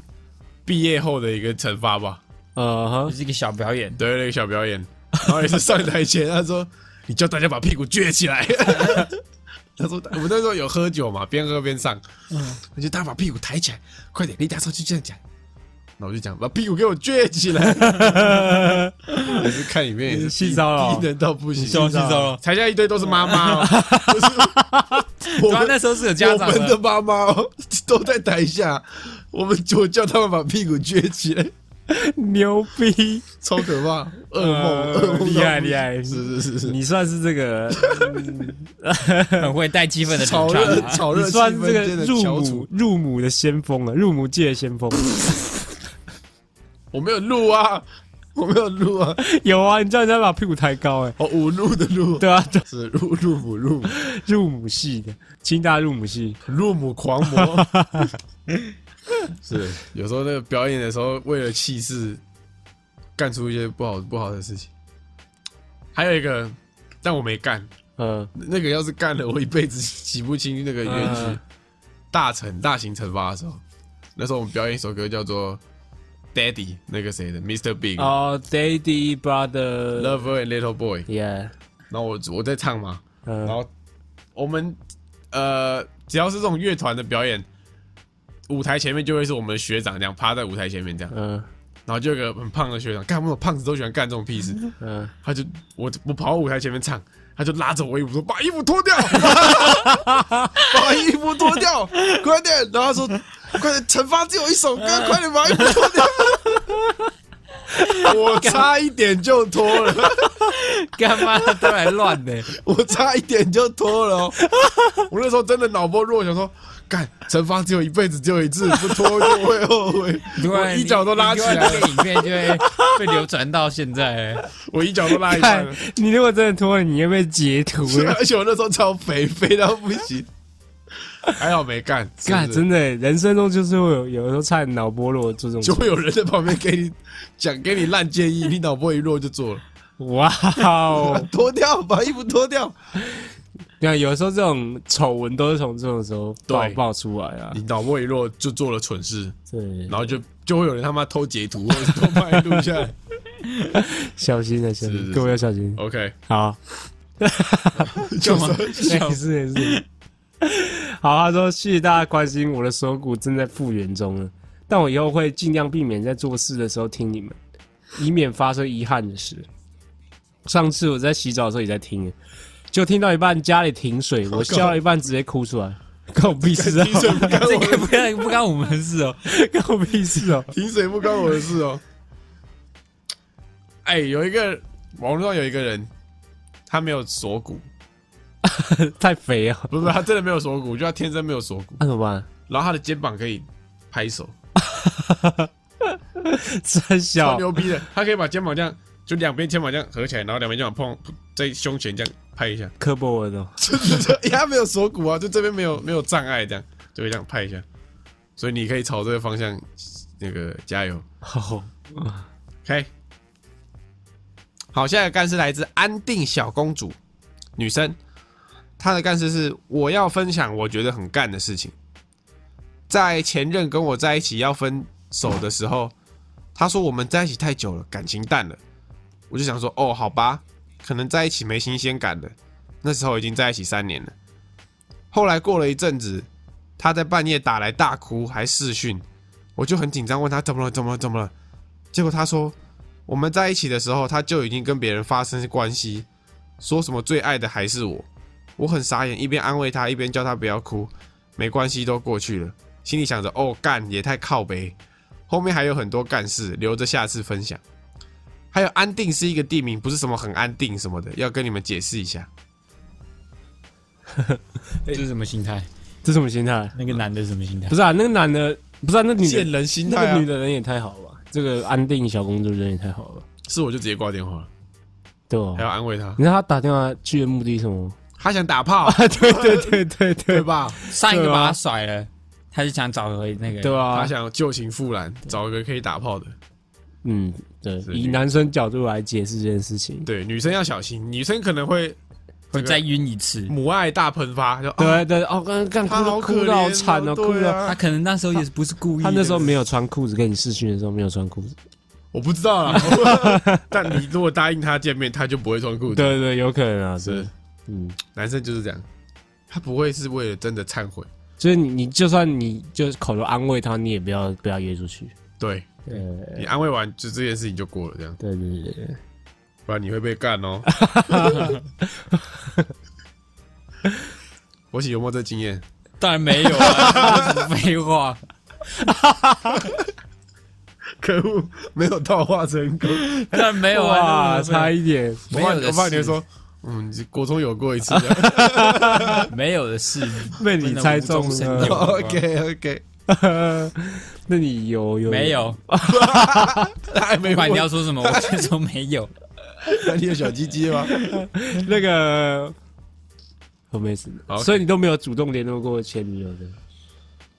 C: 毕业后的一个惩罚吧，
D: 呃
B: 就
C: [LAUGHS]
D: 哼，
B: 是一个小表演。
C: 对，那个小表演，然后也是上台前他说：“ [LAUGHS] 你叫大家把屁股撅起来。” [LAUGHS] 他说：“我们那时候有喝酒嘛，边喝边上，
B: 嗯
C: 我就大家把屁股抬起来，快点，你打上去这样讲。”然后我就讲：“把屁股给我撅起
B: [LAUGHS]
C: 来。”也是看里面也是
D: 性骚扰
C: 低能到不行，
B: 性骚扰
C: 台下一堆都是妈妈、哦，就是我
B: [LAUGHS] 对啊，那
C: 们
B: 时候是有家长
C: 我们的
B: 的，
C: 妈妈、哦、都在台下，我们就叫他们把屁股撅起来，
D: 牛逼，
C: 超可怕，噩梦，
D: 呃
C: 噩梦到不行，
D: 厉害厉害，
C: 是是是是，
D: 你算是这个，
B: 很会带气氛的
C: 炒
B: 主唱
C: 热
B: 啊。
C: 炒
D: 你
C: 热气
D: 算是
C: 氛
D: 这
C: 间
D: 个
C: 的
D: 入
C: 翘
D: 母
C: 楚，
D: 入母的先锋了，入母界的先锋。 [LAUGHS]
C: 我没有录啊， [LAUGHS] 我没有录啊，
D: 有啊，你叫人家把屁股抬高、欸，哎，
C: 哦，五路的路，
D: [LAUGHS] 对啊，对
C: 是入入母入母
D: 入母系的，清大入母系，
C: 入母狂魔， [LAUGHS] 是有时候那个表演的时候，为了气势，干出一些不好不好的事情。还有一个，但我没干，
D: 呃，
C: 那个要是干了，我一辈子洗不清那个冤屈。
D: 嗯
C: 大惩大型惩罚的时候，那时候我们表演一首歌叫做《Daddy》，那个谁的 Mr. Big、
D: 哦、d a d y brother，yeah，
C: Lover and Little Boy。然后我我在唱嘛，
D: 嗯、
C: 然后我们呃，只要是这种乐团的表演，舞台前面就会是我们学长这样趴在舞台前面这样，
D: 嗯
C: 然后就有个很胖的学长，干我们胖子都喜欢干这种屁事，
D: 嗯，
C: 他就我我跑到舞台前面唱，他就拉着我衣服说把衣服脱
B: [LAUGHS]
C: 掉，把衣服脱掉，快点，然后他说快点，惩罚只有一首歌，快点把衣服脱
B: [LAUGHS]
C: 掉。我差一点就脱
B: [LAUGHS]
C: 了，
B: 干嘛都来乱的？
C: [LAUGHS] 我差一点就脱了、哦。我那时候真的脑波弱，想说，干惩罚只有一辈子，只有一次，不脱就会后悔。
B: [LAUGHS] 对啊
C: 我一脚都拉起
B: 你
C: 来
B: 你
C: 了，
B: 丢那个影片就会被流传到现
C: [LAUGHS]
B: 在。
C: 我一脚都拉一半
D: 看
C: 了。啊
D: 你如果真的脱了，你会被截图欸，
C: [LAUGHS] 而且我那时候超肥，肥到不
D: [LAUGHS]
C: 行，还好没干。是不
D: 干
C: 是
D: 真的欸，人生中就是会有有的时候差点脑波落这种
C: 就，会有人在旁边给你讲，给你烂建议，你脑波一弱就做了，啊
D: 哇哦，
C: 脱掉，把衣服脱
D: [LAUGHS]
C: 掉，
D: 对啊，有时候这种丑闻都是从这种时候爆
C: 对
D: 爆出来啊
C: 你，脑波一弱就做了蠢事，
D: 对 [LAUGHS]
C: 然，后就就会有人他妈偷截图或者是偷拍录下来，
D: 小心的，啊小
C: 是是
D: 心，
C: 是
D: 各位要小心。
C: OK，
D: 好，
C: 就说
D: 也是也是。好，他说谢谢大家关心，我的手骨正在复原中了，但我以后会尽量避免在做事的时候听你们，以免发生遗憾的事。上次我在洗澡的时候也在听，就听到一半家里停水，我笑到一半直接哭出来， [LAUGHS] 关我屁事啊！ [LAUGHS]
B: 这个不干不干我们的事哦。
D: 关我屁事哦！
C: 停水不关我的事哦。哎，有一个网络上有一个人，他没有锁骨，
D: 太肥了，
C: 不是他真的没有锁骨，就他天生没有锁骨，
D: 那、怎么办？
C: 然后他的肩膀可以拍手，
D: 真
C: 超
D: 小，
C: 牛逼的，他可以把肩膀这样。就两边肩膀这样合起来，然后两边肩膀碰在胸前这样拍一下，
D: 科博文哦，
C: 因为 [LAUGHS] 他没有锁骨啊，就这边没有没有障碍，这样就会这样拍一下，所以你可以朝这个方向那个加油。
D: [LAUGHS] 好，
C: OK，好，下一个干事来自安定小公主，女生，她的干事是我要分享我觉得很干的事情。在前任跟我在一起要分手的时候，她说我们在一起太久了，感情淡了。我就想说，哦，好吧，可能在一起没新鲜感了。那时候已经在一起三年了。后来过了一阵子，她在半夜打来大哭，还视讯，我就很紧张，问她怎么了，怎么了，怎么了。结果他说，我们在一起的时候，他就已经跟别人发生关系，说什么最爱的还是我。我很傻眼，一边安慰他，一边叫他不要哭，没关系，都过去了。心里想着，哦，干也太靠北。后面还有很多干事，留着下次分享。还有安定是一个地名，不是什么很安定什么的，要跟你们解释一
D: [LAUGHS]
C: 下。
B: 这是什么心态？
D: 这什么心态？
B: 那个男的是什么心态
D: 不？是啊，那个男的，不是啊，那女的，
C: 人心啊
D: 那个女的人也太好了吧？这个安定小公主人也太好了吧，
C: 是我就直接挂电话了，
D: [LAUGHS] 对
C: 还要
D: 吧？
C: 安慰他，
D: 你知道他打电话去的目的是什么吗？
C: 他想打炮，
D: 啊，对对对
C: [LAUGHS]
D: 对
C: 对
D: 对，
C: 吧？
B: 上一个
D: 对啊
B: 把他甩了，他就想找回那个。
D: 对
C: 他
D: 啊，
C: 想旧情复燃，找一个可以打炮的。
D: 嗯，对，
C: 是
D: 以男生角度来解释这件事情，
C: 对，女生要小心，女生可能会
B: 会再晕一次。
C: 母爱大喷发，就啊
D: 对对，哦，刚刚
C: 她好
D: 哭到
C: 可
D: 哭
C: 怜
D: 到
C: 哦
D: 好惨哦，哭
C: 对
D: 到。
C: 啊
B: 他可能那时候也不是故意的。
D: 他那时候没有穿裤子，跟你试训的时候没有穿裤子。
C: 我不知道啦。 [LAUGHS] 但你如果答应她见面，她就不会穿裤子。，
D: 对对，有可能啊，
C: 是
D: 是，嗯，
C: 男生就是这样，他不会是为了真的忏悔。
D: 就是你，你就算你就是口头安慰他，你也不要不要约出去。
C: 对
D: 对
C: 你安慰完，就这件事情就过了，这样，
D: 对对对对，
C: 不然你会被干哦。我喜有没有这经验？
B: [LAUGHS] 当然没有啊，废
C: [LAUGHS]
B: 话。
C: 可恶，没有套话成功。
B: 当然没有啊，
D: 哇，差一点，
C: 我
B: 没
C: 怕
B: 有
C: 你
B: 的
C: 我怕你会
B: 事
C: 说，嗯，你国中有过一次。
B: 没有的事，
D: 被你猜中
B: 不能无中生有
D: 了。
C: [LAUGHS] OK OK，
D: [LAUGHS] 那你有有
B: 没有？
C: 他还 [LAUGHS] 没
B: 不管你
C: 问
B: 要说什么，我就说没有。
C: 那你有小鸡鸡吗？
D: 那个我没事
C: OK
D: 所以你都没有主动联络过前女友的。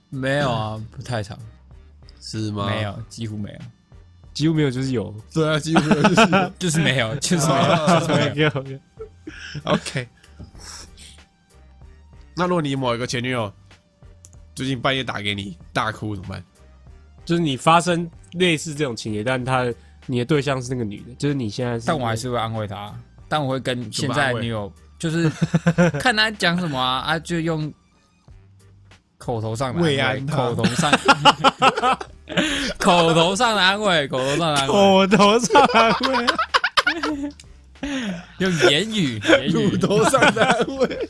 B: 没有啊，不太长，
C: 是吗
B: 没，有，几乎没有，
D: 几乎没有，就是有。
C: 对啊，几乎没有就是 [LAUGHS]
B: 就是没有，就是没有，
C: 哦
B: 就是没有。
C: OK。那如果你某一个前女友最近半夜打给你大哭怎么办？
D: 就是你发生类似这种情节，但他你的对象是那个女的，就是你现在是。
B: 但我还是会安慰他，但我会跟
C: 怎
B: 现
C: 么
B: 在
C: 安慰
B: 的女友，就是
C: [LAUGHS]
B: 看他讲什么啊，啊就用口头上的
C: 慰
B: 安慰
C: 安他
B: 口头
C: [LAUGHS]
B: 上，口头上的安慰，口头上的安慰，
D: 口头上安慰，
B: [LAUGHS] 用言语，言语，
C: 头上的安慰，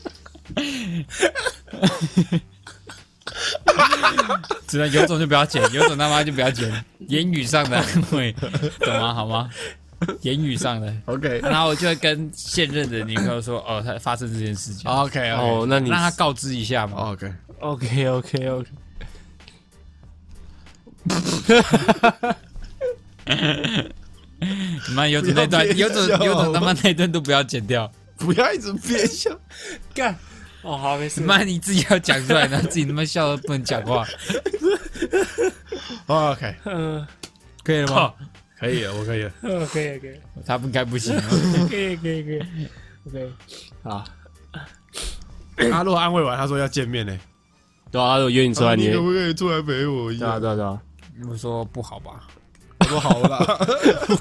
B: 只能有种就不要剪，有种他妈就不要剪，言语上的安慰，懂吗？好吗？言语上的，
C: [LAUGHS] OK
B: 然后我就会跟现任的女朋友说，哦，他发生这件事情，
C: OK
D: 哦，那你哦
B: 让他告知一下嘛。
C: OK，
D: OK OK OK，
B: 你妈有种那段，
C: 不要
B: 有
C: 憋
B: 种
C: 笑
B: 有种他
D: [LAUGHS]
B: 妈那段都不要剪掉。
C: 不要一直憋笑，
D: 干 [LAUGHS] 哦好没事
B: 妈，你自己要讲出来，然后自己他妈笑的不能讲话，
C: 哦 OK
D: 嗯
B: 可以了吗？
C: 呃可以了，我可以 [COUGHS] 了。
D: ，OK OK
B: 他不应该不行哦。
D: OK OK OK，好，
C: 他啊如果安慰完，他说要见面呢，
B: 哦
D: 对啊，我约你出来，你啊
C: 可不可以出来陪我一
D: 对啊？对啊对啊，
B: 我说不好吧？
C: 不好 [LAUGHS] 啦。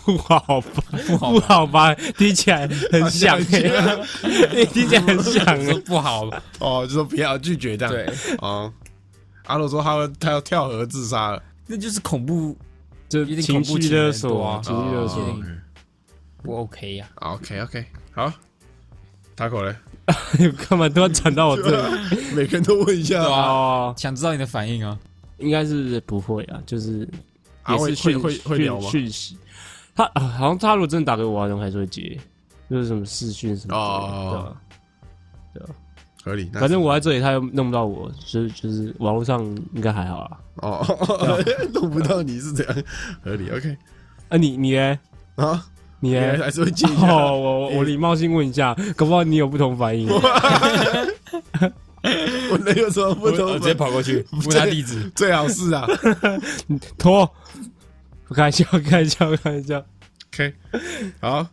D: 不好吧？ [LAUGHS] 不好吧？听起来很想
C: 啊
D: 欸，你 [LAUGHS] 听起来很
B: [LAUGHS]
D: 想
B: 说
D: 欸。
B: 不好，
C: 哦，就说不要拒绝这样。
B: 对，
C: 哦，阿洛说他要他要跳河自杀了。
B: 那就是恐怖，
D: 就
B: 一定
D: 情
B: 恐怖
D: 绪
B: 情人
D: 勒索啊，
B: 多啊
D: 情绪勒索。 [LAUGHS]
C: 哦
B: 不 OK
D: 啊
B: 呀、
C: OK OK，好。塔口嘞，
D: 你干嘛都要转到我这里？
C: 每个人都问一下
B: 对啊
D: 哦，
B: 想知道你的反应啊？
D: 应该是不会啊，就是
C: 啊
D: 也
C: 会
D: 是
C: 会
D: 讯
C: 会会
D: 讯
C: 聊吗
D: 讯息，他啊好像他如果真的打给我啊，我还是会接，就是什么视讯什么
C: 哦
D: 之类的。对啊
C: 合理。那
D: 反正我在这里，他又弄不到我，所以就是网络上应该还好啊啦。
C: 哦， [LAUGHS] 弄不到你是怎样？合理 OK
D: 啊，你你嘞？
C: 啊，
D: 你
C: 你
D: 嘞？
C: 还是会记一下。
D: 哦，我我礼貌性问一下，搞不好你有不同反应。
C: 哦我能有什么不同？
B: 跑过去问
C: 他
B: 地址，
C: 最好是啊。
D: 脱，我开玩笑，开玩笑，开玩笑。
C: [LAUGHS] OK，好。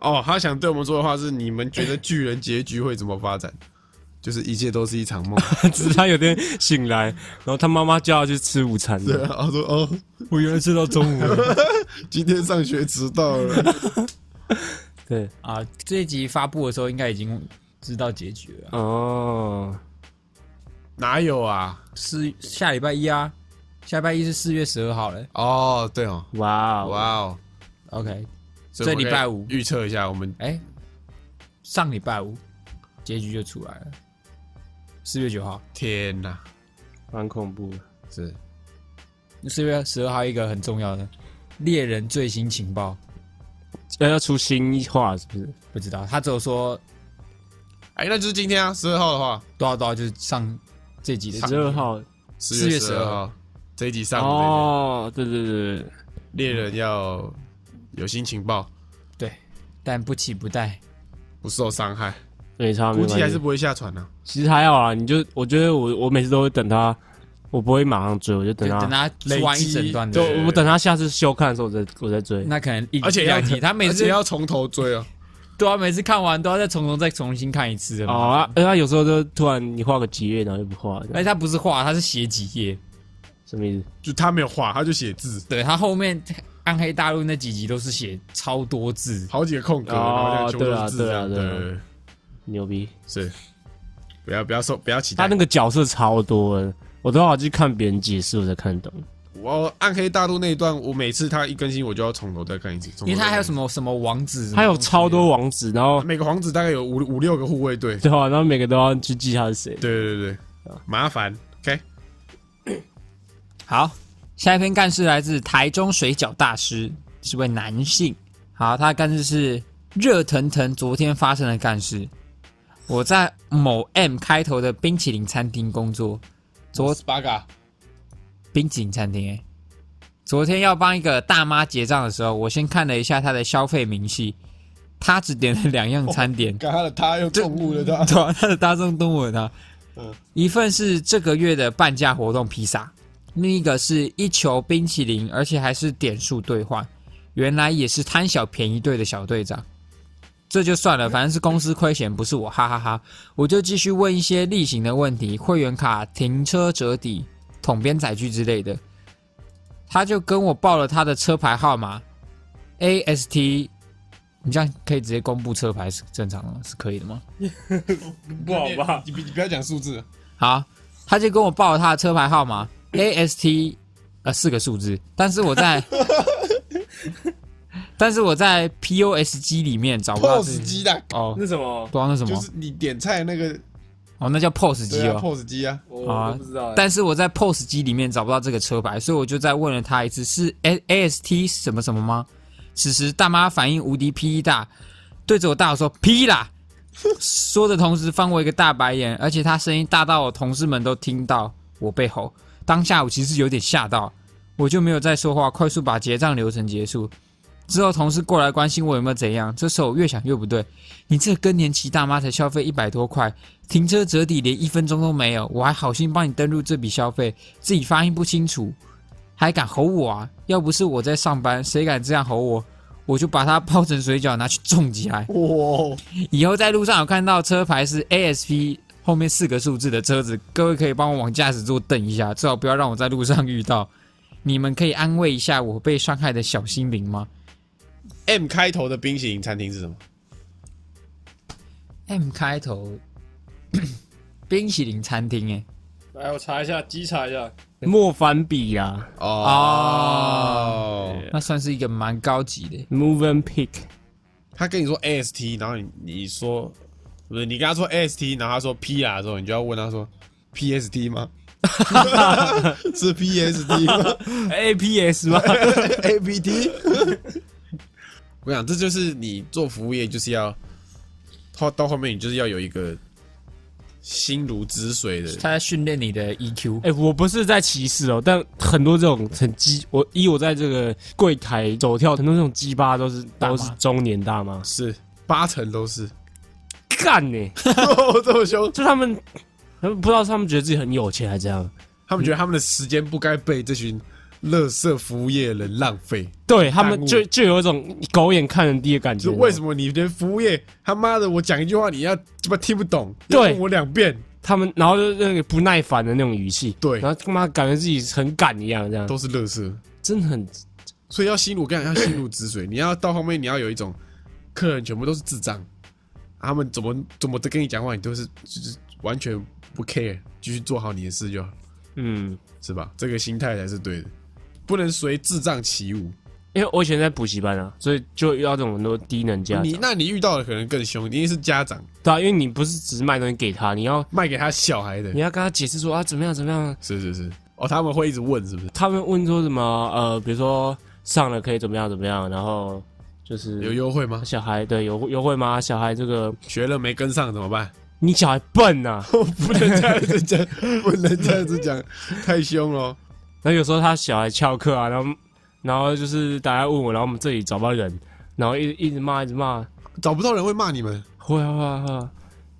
C: 哦，他想对我们说的话是：你们觉得巨人结局会怎么发展？就是一切都是一场梦。
D: 只是他有天醒来，然后他妈妈叫他去吃午
C: [LAUGHS]
D: 餐。
C: 对啊，他说：“哦，
B: 我原来吃到中
C: [LAUGHS]
B: 午了
C: 今天上学迟到了。
D: 对，
B: 啊！这一集发布的时候，应该已经知道结局了啊，
D: 哦，”
C: 哪有啊？
B: 是下礼拜一啊，下礼拜一是四月十二号嘞。
C: 哦，对哦，
D: 哇哦，
C: 哇哦！
B: OK，
C: 所以我们
B: 这礼拜五
C: 可以预测一下，我们
B: 哎、上礼拜五结局就出来了，四月九号，
C: 天哪，
D: 蛮恐怖的。
C: 是
B: 四月十二号一个很重要的猎人最新情报，
D: 要要出新话是不是？
B: 不知道他只有说
C: 哎，那就是今天啊，十二号的话，
B: 多少多少，就是上这集的
D: 十二号
C: 4
B: 4月
C: 12号这一集上的那个
D: 哦，对对对对，
C: 猎人要有新情报，
B: 对，但不期不待，
C: 不受伤害，
D: 没差，
C: 估
D: 没
C: 计还
D: 关
C: 是
D: 系。
C: 不会下船啊呢。
D: 其实还好啦，你就我觉得我我每次都会等他，我不会马上追，我就
B: 就
D: 等他，
B: 等他出完一整段
C: 累积
B: 的，
C: 对
D: 我我等他下次休看的时候我再我再追。
B: 那可能一
C: 而且要
B: 两集，他每
C: 而
B: 次
C: 且要从头追哦。
B: 对啊，每次看完都要再从头再重新看一次
D: 哦
B: 嘛。
D: 啊，而且他有时候就突然你画个几页，然后又不画，
B: 而且他不是画，他是写几页，
D: 什么意思？
C: 就他没有画，他就写字，
B: 对他后面暗黑大陆那几集都是写超多字，
C: 好几个空格，
D: 哦
C: 然后这样全部都是字这
D: 对啊
C: 样。
D: 对啊
C: 对
D: 对
C: 对，
D: 牛逼！
C: 是。不要不要说不要期
D: 他
C: 待
D: 那。个角色超多的，我都要去看别人解释我才看得懂。
C: 我暗黑大陆那一段，我每次他一更新，我就要从头再看一次。从头
B: 因为他还有什
C: 再看
B: 么什么啊王子，
D: 他有超多王子，然后
C: 哦一次？每个皇子大概有五五六个护卫队。
D: 对啊，然后每个都要去记他是谁。
C: 对对对对，
B: 哦
C: 麻烦。OK，
B: 好，下一篇干事来自台中水饺大师，是位男性。好，他的干事是热腾腾昨天发生的干事。我在某 M 开头的冰淇淋餐厅工作，昨
C: 斯巴嘎，
B: 冰淇淋餐厅哎、昨天要帮一个大妈结账的时候，我先看了一下她的消费明细，她只点了两样餐点，
C: 刚他的他又动物了他。
B: [LAUGHS] 对、啊，他的大众中文啊，
C: 嗯
B: 一份是这个月的半价活动披萨，另一个是一球冰淇淋，而且还是点数兑换。原来也是贪小便宜队的小队长，这就算
C: 嗯
B: 了，反正是公司亏钱，不是我，哈哈哈我就继续问一些例行的问题，会员卡、停车折抵、统编载具之类的。他就跟我报了他的车牌号码，AST。你这样可以直接公布车牌是正常的吗？是可以的吗？
D: 不好吧？
C: 你你你不要讲数字，
B: 好，他就跟我报了他的车牌号码 AST，呃，四个数字。但是
C: [LAUGHS]
B: 我在，但是我在 POS 机里面找不到自
C: POS
B: 己
C: 机的，
B: 哦，
D: 那什么
B: 不，知道那什么、
C: 就是你点菜那个
B: 哦，那叫 POS 机
C: 对啊
B: 哦。
C: POS 机啊，
D: 我
B: 啊
D: 我都不知道欸。
B: 但是我在 POS 机里面找不到这个车牌，所以我就再问了他一次，是 A AST 什么什么吗？此时大妈反应无敌霹雳大，对着我大吼说：“劈啦！” [LAUGHS] 说的同时翻我一个大白眼，而且她声音大到我同事们都听到我被吼。当下我其实有点吓到，我就没有再说话，快速把结账流程结束。之后同事过来关心我有没有怎样，这时候我越想越不对，你这更年期大妈才消费一百多块，停车折抵连一分钟都没有，我还好心帮你登录这笔消费，自己发音不清楚，还敢吼我啊！要不是我在上班，谁敢这样吼我？我就把它包成水饺拿去种起来。
C: 哇，
B: 哦以后在路上有看到车牌是 ASP 后面四个数字的车子，各位可以帮我往驾驶座瞪一下，最好不要让我在路上遇到。你们可以安慰一下我被伤害的小心灵吗
C: M 开头的冰淇淋餐厅是什么？
B: ？M 开头， [COUGHS] 冰淇淋餐厅哎、
E: 来，我查一下，机查一下，
D: 莫凡比啦
B: 啊
C: 哦，
B: 那算是一个蛮高级的、
D: ，Move and Pick，
C: 他跟你说 AST，然后你你说不是你跟他说 AST，然后他说 P 啊的时候，你就要问他说 PSD
B: [LAUGHS]
C: 吗？ [LAUGHS] 是 PSD 吗
D: APS 吗？
C: [LAUGHS] ？APT？我想这就是你做服务业就是要到到后面你就是要有一个心如止水的
B: 他在训练你的 E EQ。
D: [LAUGHS] 哎、我不是在歧视哦，但很多这种很鸡，我以我在这个柜台走跳，很多这种鸡巴都是
B: 大妈
D: 都是中年大妈，
C: 是八成都是
D: 干呢、
C: 哦 [LAUGHS] 这么凶，
D: 就他们，他们不知道是他们觉得自己很有钱还是怎样，
C: 他们觉得他们的时间不该被这群乐色服务业人浪费。
D: 对他
C: 耽误
D: 们就就有一种狗眼看人低的感觉。
C: 就是为什
D: 么
C: 么你连服务业他妈的，我讲一句话你要他妈听不懂，
D: 对
C: 要问我两遍，
D: 他们，然后就那个不耐烦的那种语气，
C: 对
D: 然后他妈感觉自己很赶一样，这样
C: 都是乐色。
D: 真的很
C: 所以要心如干，要心如止水。你要到后面，你要有一种客人全部都是智障，他们怎么怎么的跟你讲话，你都是就是完全不 care，继续做好你的事就好，
D: 嗯。
C: 是吧？这个心态才是对的，不能随智障起舞。
D: 因为我以前在补习班啊，所以就遇到这种很多低能家长。
C: 你那你遇到的可能更凶，你也是家长
D: 对啊，因为你不是只是卖东西给他，你要
C: 卖给他小孩的
D: 你，要跟他解释说啊怎么样怎么样，
C: 是是是。哦，他们会一直问是不是？
D: 他们问说什么呃，比如说上了可以怎么样怎么样，然后就是
C: 有优惠吗？
D: 小孩对有优惠吗？小孩这个
C: 学了没跟上怎么办？
D: 你小孩笨啊呐、
C: [LAUGHS] 我不能这样子讲， [LAUGHS] 不能这样子讲，太凶了。
D: 然后有时候他小孩翘课啊，然后然后就是大家问我，然后我们这里找不到人，然后一直一直骂一直骂，
C: 找不到人会骂你们，
D: 会啊会啊会啊，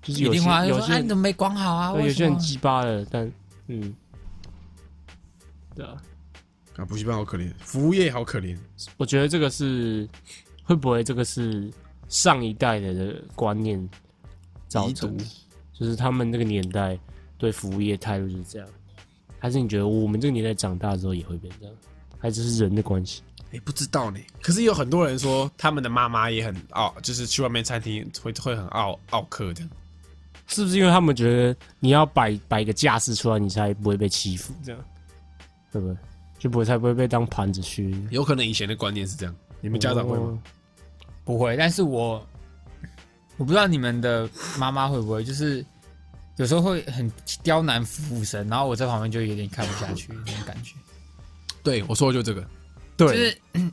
D: 就是
B: 一
D: 有
B: 定
D: 些
B: 话就
D: 有
B: 说：“
D: 些
B: 哎，你怎么没管好啊？”
D: 对有
B: 为
D: 些
B: 什
D: 很
B: 么？
D: 鸡巴的，但嗯，对啊。
C: 啊，补习班好可怜，服务业好可怜。
D: 我觉得这个是会不会这个是上一代的这个观念造成的
C: 遗，
D: 就是他们那个年代对服务业态度就是这样，还是你觉得我们这个年代长大之后也会变这样，还是是人的关系？
C: 哎、不知道呢。可是有很多人说，他们的妈妈也很傲，就是去外面餐厅会会很傲傲客这样。
D: 是不是因为他们觉得你要摆摆一个架势出来，你才不会被欺负，这样对不对？就不会才不会被当盘子去。
C: 有可能以前的观念是这样，你们家长会
D: 哦
C: 吗？
B: 不会，但是我我不知道你们的妈妈会不会，就是有时候会很刁难服务生，然后我在旁边就有点看不下去那种感觉。
C: 对，我说的就这个。
B: 就
D: 对，
B: 是 [CLEARS THROAT]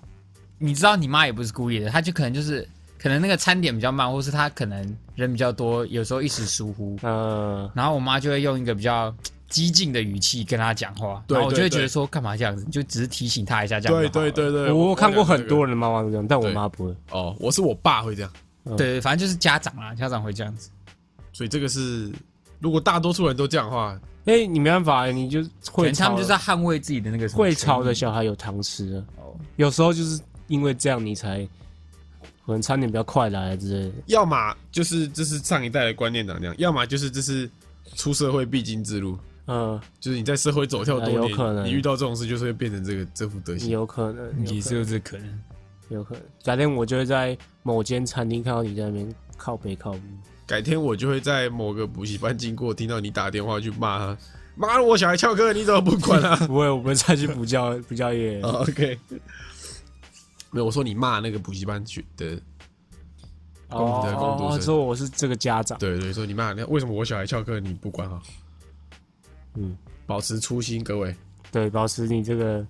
B: 你知道你妈也不是故意的，她就可能就是可能那个餐点比较慢，或是她可能人比较多，有时候一时疏忽，
D: 呃，
B: 然后我妈就会用一个比较激进的语气跟她讲话，
C: 对
B: 然后我就会
C: 对对
B: 觉得说干嘛这样子，你就只是提醒她一下这样
C: 对
B: 就好了
C: 对对对，
D: 我看过很多
C: 人。
D: 人的妈妈都这样，但我
C: 对
D: 妈不会。
C: 哦，我是我爸会这样，
D: 嗯
B: 对，反正就是家长啦，家长会这样子。
C: 所以这个是如果大多数人都这样的话，
D: 哎、你没办法，你就
B: 可
D: 会
B: 能他们
D: 吵
B: 就是在捍卫自己的那个什么
D: 会
B: 权
D: 吵
B: 益
D: 的小孩有糖吃啊
B: 哦
D: 有时候就是因为这样，你才可能餐点比较快来啊之类的。
C: 要么就是这是上一代的观念长这样，要么就是这是出社会必经之路，
D: 嗯，
C: 就是你在社会走跳多
D: 啊有可
C: 年，
D: 能
C: 你遇到这种事就是会变成这个这副德行。
D: 嗯有可能，
B: 也
D: 有可
B: 是有
D: 能，
B: 这可能。
D: 有可能。改天我就会在某间餐厅看到你在那边靠北靠边。
C: 改天我就会在某个补习班经过，听到你打电话去骂他，妈的，我小孩翘课，你怎么不管啊 [LAUGHS]
D: 不会，我们再去补教补教业。
C: 哦？OK，没有，我说你骂那个补习班去的，工读生工读
D: 哦
C: 生，
D: 说我是这个家长，
C: 对对，说你骂，为什么我小孩翘课你不管好？啊
D: 嗯，
C: 保持初心，各位，
D: 对，保持你这个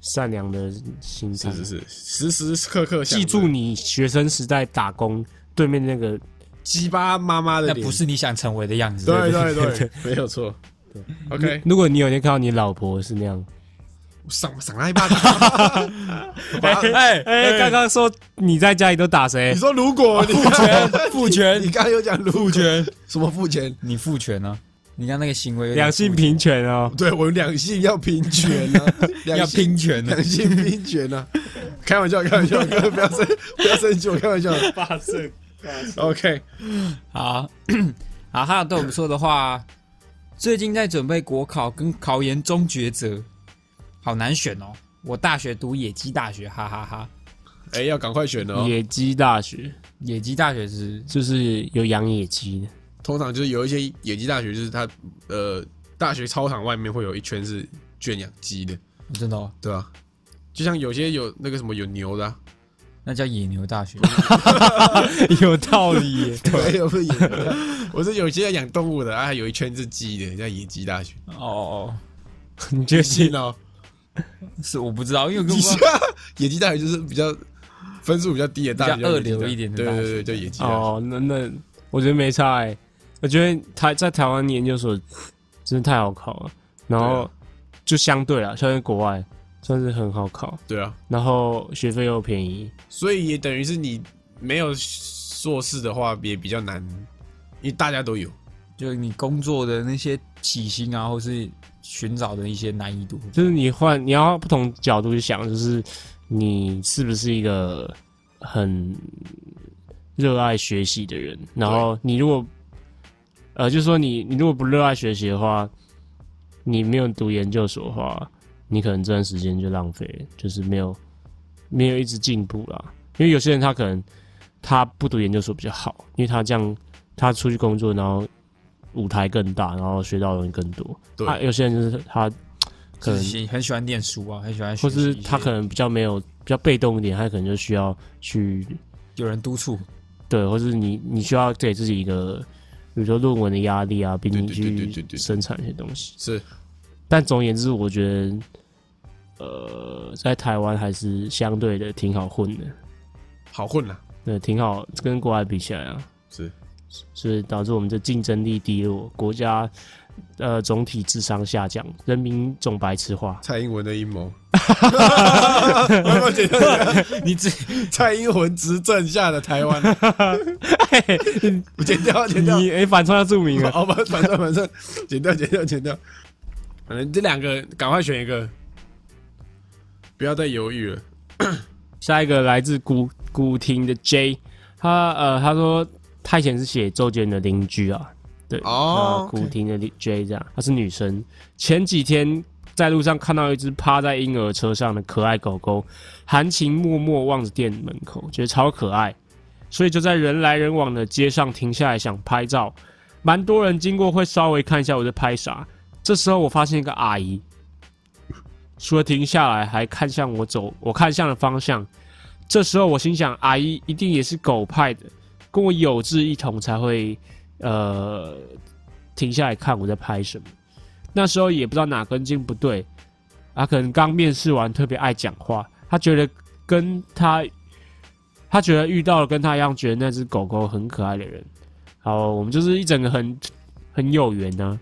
D: 善良的心态
C: 是，是是，时时刻刻想
D: 记
C: 着
D: 住你学生时代打工对面那个
C: 鸡巴妈妈的
B: 那
C: 脸，
B: 不是你想成为的样子。
C: 对
B: [LAUGHS]
C: 对对，没有错。OK，
D: 如果你有一天看到你老婆是那样，
C: 赏赏他一 [LAUGHS]
B: [LAUGHS]
C: 巴掌。
B: 哎
D: 哎，刚刚说你在家里都打谁
C: 你？说如果你刚
B: 啊父权
C: 你刚刚有讲父权，什么父权？
B: 你父权呢、你刚那个行为有点
D: 两性
B: 父权
D: 平权哦。
C: 对我们两性要平权啊，
B: [LAUGHS] 要
C: 两性
B: 拼权呢、
C: [LAUGHS] 两性平权啊！开玩笑，开玩笑，各位不要生不要生气，我开玩笑的。
E: 发射
C: OK，
B: [LAUGHS] 好， [CLEARS THROAT] 好，还有对我们说的话，最近在准备国考跟考研中抉择，好难选哦。我大学读野鸡大学，哈哈哈
C: 哎、要赶快选哦。
D: 野鸡大学
B: 野鸡大学是
D: 就是有养野鸡的，
C: 通常就是有一些野鸡大学，就是它呃大学操场外面会有一圈是圈养鸡的，
B: 真的哦，
C: 对吧、就像有些有那个什么有牛
B: [LAUGHS]
C: 的、啊，
B: 那叫野牛大学。
D: 有道理耶。
C: 对，有不是野牛的，我是有些养动物的啊，有一圈是鸡的，叫野鸡
B: [LAUGHS]
C: 大学。
B: [LAUGHS] 哦哦
D: [LAUGHS] 你
C: [LAUGHS]
D: 就
C: 信
D: 信
C: 哦，
B: 哦，是我不知道，因为我根
C: 你
B: 本不知
C: 像
B: 道
C: 野鸡大学就是比较分数比较低的大学，
B: 比较二流一点的
C: 对
B: 大学
C: 对对，叫野鸡大学。
D: 哦，那那我觉得没差哎、我觉得台在台湾研究所真的太好考了，然
C: 对
D: 后
C: 啊
D: 就相对了，相对国外算是很好考，
C: 对啊，
D: 然后学费又便宜，
C: 所以也等于是你没有硕士的话，也比较难，因为大家都有。
B: 就你工作的那些起薪啊，或是寻找的一些难易度。
D: 就是你换你要不同角度去想，就是你是不是一个很热爱学习的人，然后你如果呃，就是说你你如果不热爱学习的话，你没有读研究所的话，你可能这段时间就浪费了，就是没有没有一直进步啦。因为有些人他可能他不读研究所比较好，因为他这样他出去工作，然后舞台更大，然后学到的东西更多。
C: 对
D: 啊，有些人就是他
B: 可
D: 可能
B: 能很喜欢念书啊，很喜欢学
D: 或
B: 习一
D: 是
B: 些，
D: 他可能比较没有比较被动一点，他可能就需要去
B: 有人督促，
D: 对，或是你你需要给自己一个，比如说论文的压力啊，逼
C: 对
D: 你
C: 对对对对对
D: 去
C: 对
D: 生产一些东西。
C: 是
D: 但总而言之，我觉得呃，在台湾还是相对的挺好混的，
C: 好混啦，
D: 对，挺好，跟国外比起来啊，
C: 是
D: 所以导致我们的竞争力低落，国家呃总体智商下降，人民总白痴化。
C: 蔡英文的阴 [LAUGHS] 谋。我有没有觉得
B: 你只
C: 蔡英文执政下的台湾，哎剪掉剪掉，
D: 你哎、反串要注明了，
C: 好吧，反正反正剪掉剪掉剪掉，反正这两个赶快选一个，不要再犹豫了。
D: 下一个来自古古亭的 J，他呃他说他以前是写周杰伦的邻居啊，对，
C: 哦
D: 呃古亭的邻 J 这样，她是女生。前几天在路上看到一只趴在婴儿车上的可爱狗狗，含情脉脉望着店门口，觉得超可爱，所以就在人来人往的街上停下来想拍照，蛮多人经过会稍微看一下我在拍啥。这时候我发现一个阿姨，除了停下来，还看向我走，我看向的方向。这时候我心想，阿姨一定也是狗派的，跟我有志一同才会呃停下来看我在拍什么。那时候也不知道哪根筋不对，啊，可能刚面试完特别爱讲话，他觉得跟他，他觉得遇到了跟他一样觉得那只狗狗很可爱的人，好，我们就是一整个很很有缘呢、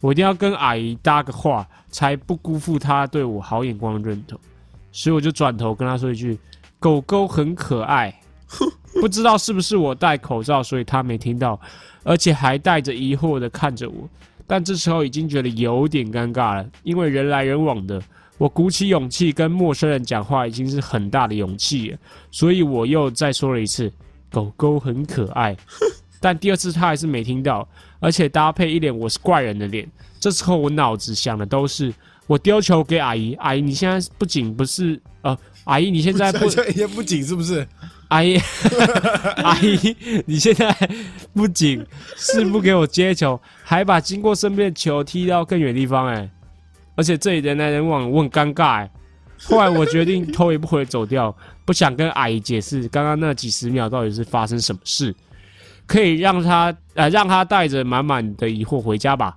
D: 我一定要跟阿姨搭个话，才不辜负她对我好眼光的认同，所以我就转头跟她说一句：“狗狗很可爱。”不知道是不是我戴口罩，所以她没听到，而且还带着疑惑的看着我。但这时候已经觉得有点尴尬了，因为人来人往的，我鼓起勇气跟陌生人讲话已经是很大的勇气了，所以我又再说了一次：“狗狗很可爱。”但第二次她还是没听到，而且搭配一脸我是怪人的脸。这时候我脑子想的都是我丢球给阿姨，阿姨你现在不仅不是呃，阿姨你现在
C: [LAUGHS]
D: 不
C: 这也不紧是不是？
D: 阿 [LAUGHS] 姨，阿姨，你现在不仅是不给我接球，还把经过身边的球踢到更远地方、哎，而且这里人来人往，我很尴尬、哎。后来我决定头也不回地走掉，不想跟阿姨解释刚刚那几十秒到底是发生什么事，可以让她呃让她带着满满的疑惑回家吧。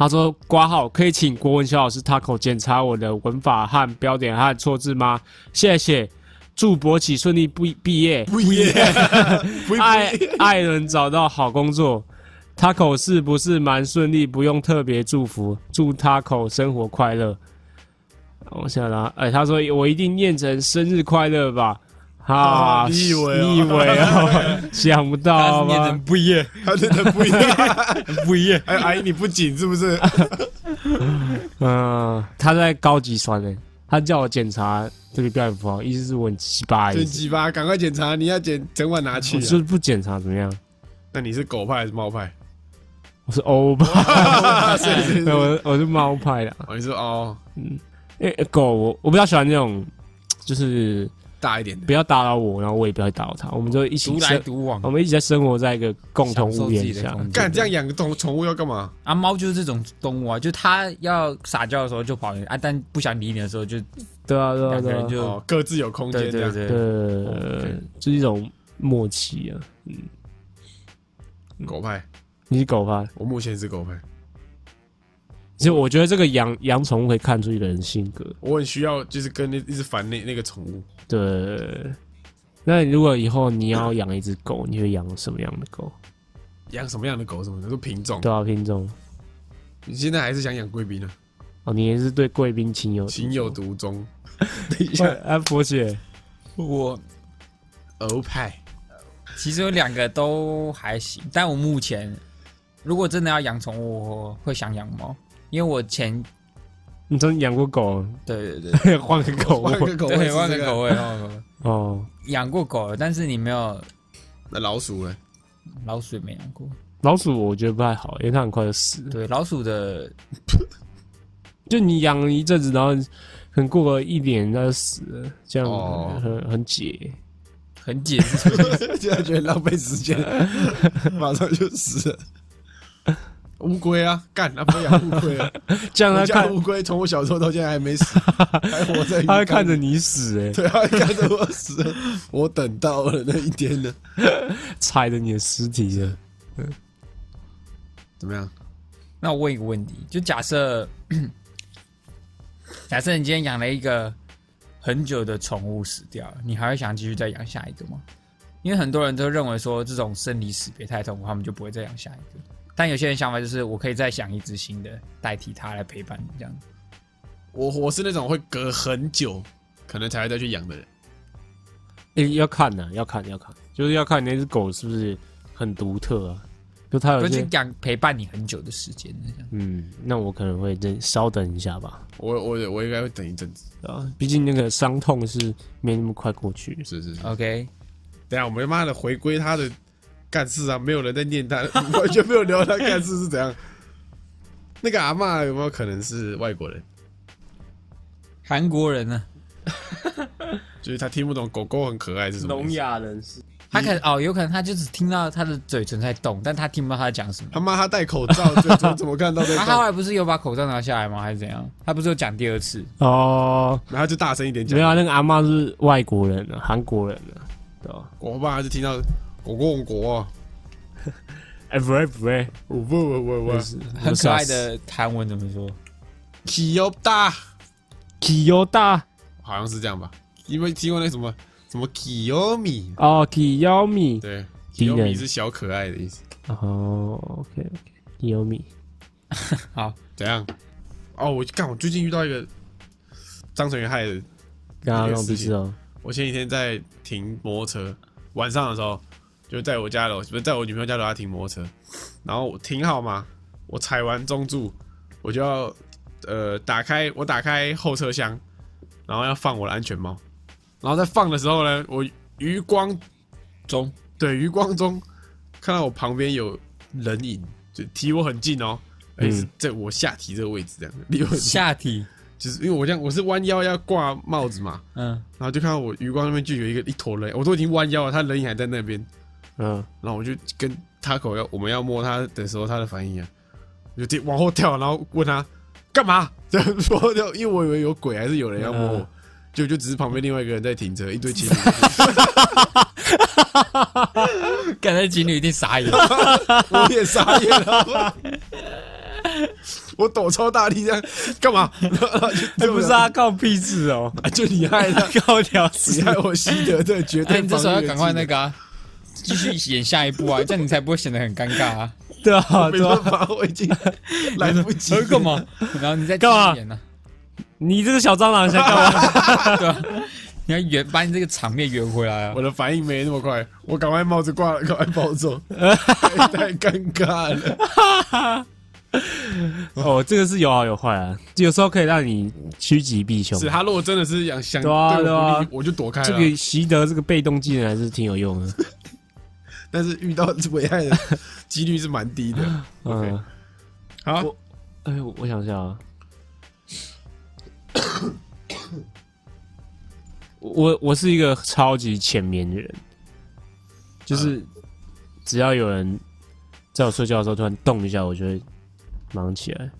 D: 他说：“挂号可以请国文小老师 Taco 检查我的文法和标点和错字吗？谢谢。”祝博起顺利毕毕业，
C: 不一 [LAUGHS] 样，哎不一
D: 爱爱人找到好工作。Taco 是不是蛮顺利？不用特别祝福，祝 Taco 生活快乐。我想啦，哎、他说我一定念成生日快乐吧。哈、
C: 啊你以为哦
D: 你以为哦？
C: [LAUGHS]
D: 想不到
B: 他念
D: 吧
B: 成？不业
C: 他真的不一样。
B: [LAUGHS] 不业，
C: 哎，阿姨你不紧是不是？
D: 嗯，他在高级酸呢、他叫我检查这个标点符号，啊意思是我很鸡巴的
C: 真
D: 意思。
C: 鸡巴，赶快检查，你要检整晚拿去
D: 我
C: 啊。
D: 就是不检查怎么样？
B: [LAUGHS]
C: 那你是狗派还是猫派？
D: 我是欧派，
C: 是是
D: 对，我是我是猫派的。
C: 哦，你说哦，
D: 因为狗，我我比较喜欢那种，就是
C: 大一点的，
D: 不要打扰我，然后我也不要打扰它，我们就一起
B: 独来
D: 生
B: 独往
D: 我们一起在生活在一个共同屋
B: 享受
D: 檐
B: 自己的
D: 下。
B: 空间
C: 干这样养个宠宠物要干嘛？
B: 啊，猫就是这种动物啊，就它要撒娇的时候就跑你啊，但不想理你的时候就
D: 对啊，对啊，
B: 两个
D: 对
B: 人
D: 啊，
B: 就、
C: 哦，各自有空
B: 对
C: 间这
B: 对
C: 样。
B: 对，
D: 对，就是一种默契啊。
C: 狗派，
D: 你是狗派，
C: 我目前是狗派，
D: 其实我觉得这个养养宠物可以看出一个人性格。
C: 我很需要就是跟那一直烦那那个宠物，
D: 对，那如果以后你要养一只狗，你会养什么样的狗？
C: 养什么样的狗什么的都品种。
D: 多少品种？
C: 你现在还是想养贵宾呢？啊
D: 哦，你也是对贵宾情有独
C: 情有独钟，
D: 钟喂 [LAUGHS] 啊，佛姐，
B: 我
C: 鹅派。
B: 其实有两个都还行，但我目前如果真的要养宠物，我会想养猫，因为我前
D: 你真的养过狗？ [LAUGHS]
B: 对对
D: 换个狗
C: 换个狗
B: [LAUGHS] 对
C: 位
B: 对，
C: 是
B: 换
C: 这
B: 个狗位，换个狗位
D: 哦，
B: 养过狗了，但是你没有
C: 那老鼠嘞？
B: 老鼠也没养过，
D: 老鼠我觉得不太好，因为它很快就死了。
B: 对老鼠的
D: 就你养了一阵子，然后可能过了一年它就死了，这样
C: 哦
D: 很、很解。
B: 很解是什么意思
C: [LAUGHS] 现在觉得浪费时 [LAUGHS] 间，马上就死 [LAUGHS] 了。乌龟啊，干，那不养乌 [LAUGHS] 龟啊！
D: 这样
C: 我
D: 它
C: 家
D: 看
C: 的乌龟从我小时候到现在还没 [LAUGHS] 死，还活在鱼缸
D: 它会
C: 里。
D: 看着你死、欸，
C: 对，他看着我死， [LAUGHS] 我等到了那一天呢。
D: 踩着你的尸体的。
C: 怎么样？
B: [LAUGHS] 那我问一个问题，就假设假设你今天养了一个很久的宠物死掉了，你还会想继续再养下一个吗？因为很多人都认为说这种生离死别太痛苦，他们就不会再养下一个。但有些人想法就是，我可以再想一只新的代替它来陪伴你这样。
C: 我我是那种会隔很久可能才会再去养的人。
D: 哎、要看呢、要看，要看，就是要看你那只狗是不是很独特啊？就它
B: 不
D: 有
B: 是
D: 些
B: 就，养陪伴你很久的时间这样。
D: 嗯，那我可能会再稍等一下吧，
C: 我我我应该会等一阵子。
D: 啊，毕竟那个伤痛是没那么快过去的。
C: 是是是。
B: OK，
C: 等一下我们妈的回归他的干事啊，没有人在念他， [LAUGHS] 完全没有聊他干事是怎样。那个阿嬷有没有可能是外国人？
B: 韩国人呢？
C: 就是他听不懂狗狗很可爱是什么意思？
D: 哑人士，
B: 他可能哦，有可能他就只听到他的嘴唇在动，但他听不到他在讲什么。
C: 他妈他戴口罩，嘴唇怎么看到在
B: [LAUGHS] 啊他
C: 动？
B: 后来不是有把口罩拿下来吗？还是怎样？他不是有讲第二次？
D: 哦，
C: 然后就大声一点
D: 没
C: 讲
D: 有、。啊，那个阿嬷是外国人啊，韩国人啊，对吧？
C: 我爸就听到狗哦狗狗，
D: 哎，不会不会，
C: 我不我我我
D: 就是
B: 很可爱的韩文怎么说？
C: ，K 又大。
D: k y o t a
C: 好像是这样吧？因为听过那什么什么 Kiyomi，
D: 哦 k y o m i
C: 对
D: 敌人
C: ，Kiyomi 是小可爱的意思。
D: 哦，OK OK k y o m i
C: 怎样？哦，我干，我最近遇到一个张成元害的。
D: 刚刚
C: 这个
D: 弄
C: 事
D: 鼻
C: 情
D: 子哦，
C: 我前几天在停摩托车，晚上的时候就在我家楼，不是在我女朋友家楼下停摩托车，然后我停好嘛，我踩完中柱，我就要呃打开我打开后车厢，然后要放我的安全帽，然后在放的时候呢，我余光
B: 中
C: 对，余光中看到我旁边有人影，就离我很近哦，而且是在我下体这个位置，这样离我很近，
B: 下体，
C: 就是因为我这样我是弯腰要挂帽子嘛，
B: 嗯，
C: 然后就看到我余光那边就有一个一坨人，我都已经弯腰了，他人影还在那边，
D: 嗯，
C: 然后我就跟他口要我们要摸他的时候，他的反应啊，我就直接往后跳，然后问他干嘛？这样说掉，因为我以为有鬼还是有人要摸我
D: 嗯，
C: 就就只是旁边另外一个人在停车，一堆情侣。
B: 感觉情侣一定傻 [LAUGHS] 眼。
C: 我也傻眼了。我抖超大力这样干嘛？ [LAUGHS] 然后就
D: 哎，不是啊，，靠屁事哦，
C: 就你害
B: [LAUGHS]
C: 的，
D: 靠屌
C: 你
D: 丝，
C: 害我西德的绝
B: 那
C: 对。
B: 哎你这时候要赶快那，个啊，继续演下一步啊，这样你才不会显得很尴尬啊。
D: [LAUGHS] 对啊，
C: 没
D: 对啊
C: 办，法，我已
B: [LAUGHS]
C: 经来不及
B: 呃，干
C: 了。
B: 嘛？然后你再继
D: 干嘛
B: 续演呢？
D: [LAUGHS] 你这个小蟑螂
B: [LAUGHS]
D: 想干嘛？
B: 你要圆，把你这个场面圆回来啊
C: [LAUGHS] 我。的反应没那么快，我赶快帽子挂了，赶快跑 [LAUGHS] 走，太尴尬了。
D: 哦，这个是有好有坏啊，有时候可以让你趋吉避凶
C: 是。他如果真的是想想
D: 对啊
C: 对我不
D: 对
C: 利
D: 啊，
C: 我就躲开
D: 这
C: 了。
D: 个习得这个被动技能还是挺有用的。
C: 但是遇到危害的几率是蛮低 [LAUGHS] 的。
D: 嗯，
C: 好
D: 我，哎呦，我想一下啊， [COUGHS] 我我是一个超级浅眠的人，就是只要有人在我睡觉的时候突然动一下，我就会忙起来。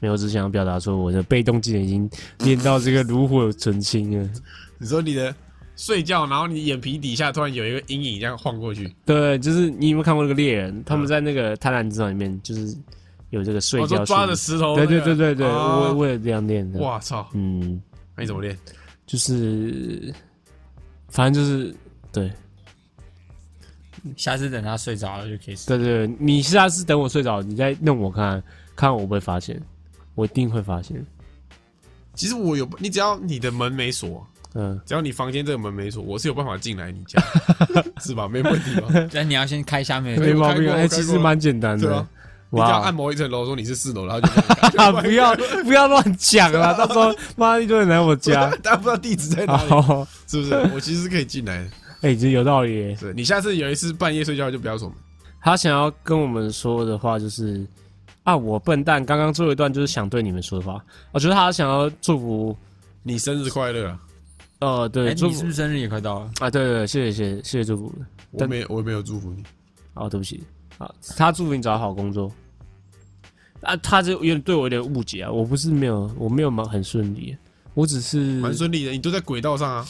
D: 没有，我只想表达说我的被动技能已经练到这个炉火纯青了。
C: 你说你的睡觉，然后你眼皮底下突然有一个阴影这样晃过去，
D: 对，就是你有没有看过那个猎人？他们在那个《贪婪之岛》里面，就是有这个睡
C: 我
D: 觉
C: 哦说
D: 术。
C: 抓着石头那
D: 对
C: 个，
D: 对对对对，
C: 啊
D: 我我也这样练的。
C: 哇操！
D: 嗯，
C: 那你怎么练？
D: 就是反正就是对
B: 下次等他睡着了就可以试。
D: 对对，对你下次等我睡着，你再弄我看看我会不会发现，我一定会发现。
C: 其实我有，你只要你的门没锁，
D: 嗯，
C: 只要你房间这个门没锁，我是有办法进来你
D: [LAUGHS]
C: 家，是吧？没问题吧？
B: 但你要先开下面的
D: 没
B: 灯，
D: 毛病啊。
C: 我开过
D: 哎，其实蛮简单
C: 对
D: 的
C: 啊。你
D: [LAUGHS]
C: 只要
D: 哇
C: 按，某一层楼说你是四楼，然后就
D: 啊不要不要乱讲啦，到
C: [LAUGHS]
D: 时候妈一堆人来我家。
C: 大家不知道地址在哪里，
D: 哦，
C: 是不是？我其实是可以进来的。
D: 哎，这有道理耶。
C: 是你下次有一次半夜睡觉就不要锁门，
D: 他想要跟我们说的话就是啊，我笨蛋，刚刚最后一段就是想对你们说的话。我觉得他想要祝福，
C: 你生日快乐啊！
D: 呃，
B: 哎，
D: 对，祝
B: 你是
D: 福
B: 不是生日也快到了？
D: 啊，对对对，谢谢谢谢谢谢祝福。
C: 我
D: 但
C: 没我没有祝福你，
D: 哦，对不起，啊，他祝福你找到好工作。啊，他这有点对我有点误解啊，我不是没有，我没有忙很顺利，我只是，
C: 蛮顺利的，你都在轨道上啊，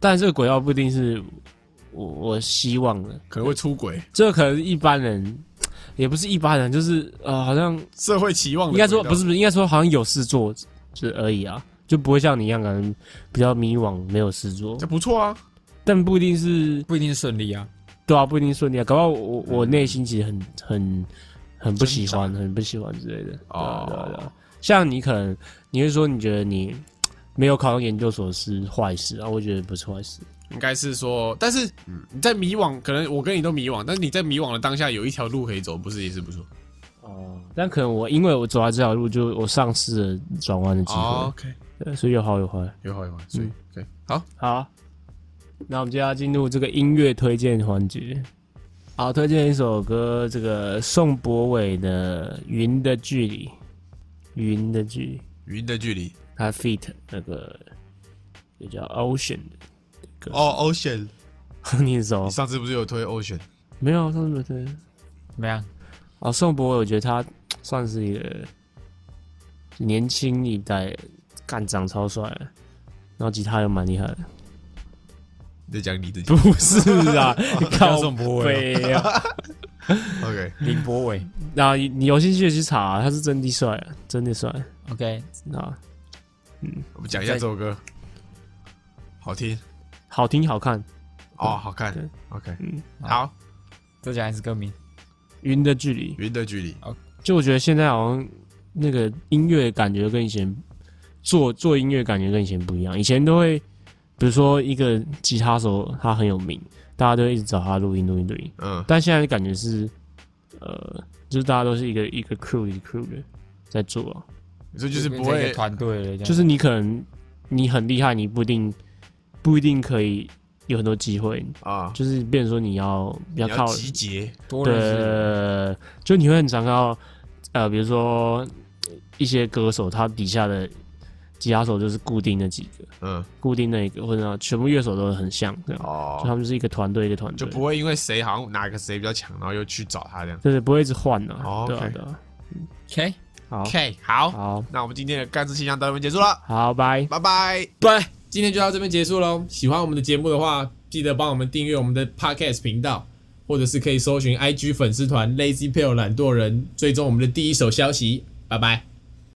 D: 但这个轨道不一定是我我希望的，
C: 可能会出轨，
D: 这可能是一般人，也不是一般人，就是呃，好像
C: 社会期望的
D: 应该说
C: 轨道
D: 不是，不是，应该说好像有事做就是而已啊，就不会像你一样可能比较迷惘，没有事做
C: 这，不错啊，
D: 但不一定是
B: 不一定是顺利啊。
D: 对啊，不一定顺利啊，搞不好我我内心其实很很很不喜欢，很不喜欢之类的。
C: 哦
D: 哦，对啊对啊像你可能你会说你觉得你没有考上研究所是坏事啊，我觉得不是坏事。
C: 应该是说，但是你在迷惘，可能我跟你都迷惘，但是你在迷惘的当下有一条路可以走，不是也是不错。
D: 哦，但可能我因为我走到这条路，就我丧失了转弯的机会，嗯
C: 哦 OK，
D: 对，所以有好有坏。
C: 有好有坏，所以 OK，好，
D: 好，那我们接下来进入这个音乐推荐环节。好，推荐一首歌，这个宋博伟的《云的距离》，云的距离，
C: 云的距离
D: 他 feat 那个也叫 Ocean 的歌，
C: 哦，Ocean，
D: [LAUGHS] 你熟
C: 你？上次不是有推 Ocean？
D: 没有，啊上次没有推。
B: 怎么样？
D: 哦，宋博伟，我觉得他算是一个年轻一代，干长超帅的，然后吉他又蛮厉害的。
C: 你在讲你自己
D: [LAUGHS] 不是 [LAUGHS] 啊，靠
B: 宋博伟
D: 北啊。
C: ？OK，
B: 林博伟。
D: 那、你你有兴趣的去查、他是真的帅、啊，真的帅
B: OK，
D: 啊，
C: 我们讲一下这首歌，好听
D: 好听好看。
C: 哦，好看
D: 对
C: ，OK，
D: 嗯
C: 好，
B: 再讲一次歌名。
D: 云的距离，
C: 云的距离，
D: 就我觉得现在好像那个音乐感觉跟以前做做音乐感觉跟以前不一样，以前都会，比如说一个吉他手他很有名，大家都会一直找他录音录音录音，
C: 嗯，
D: 但现在感觉是，呃，就是大家都是一个一个 crew 一个 crew 的在做、啊，
C: 你说就是不
B: 变成一
C: 会
B: 个团队了这样，
D: 就是你可能你很厉害，你不一定不一定可以有很多机会，
C: 啊，
D: 就是变成说你要比较
C: 你
D: 靠
C: 要集结，
B: 多人是
D: 对，就你会很常看到，呃，比如说一些歌手，他底下的吉他手就是固定的几个，
C: 嗯，
D: 固定那一个，或者全部乐手都很像，这样，就他
C: 哦，
D: 们就是一个团队一个团
C: 就
D: 队，
C: 不会因为谁好像哪个谁比较强，然后又去找他这样。
D: 对对，不会一直换呢、
C: 哦
D: 对啊
C: OK
D: 对啊，
B: OK，
D: 好
C: OK，好，
D: 好
C: 那我们今天的干事信箱到这边结束了，
D: 好，拜。
C: 拜拜。
A: 对，今天就到这边结束喽。喜欢我们的节目的话，记得帮我们订阅我们的 Podcast 频道，或者是可以搜寻 IG 粉丝团 Lazy p a l e 懒惰人，追踪我们的第一手消息。拜拜。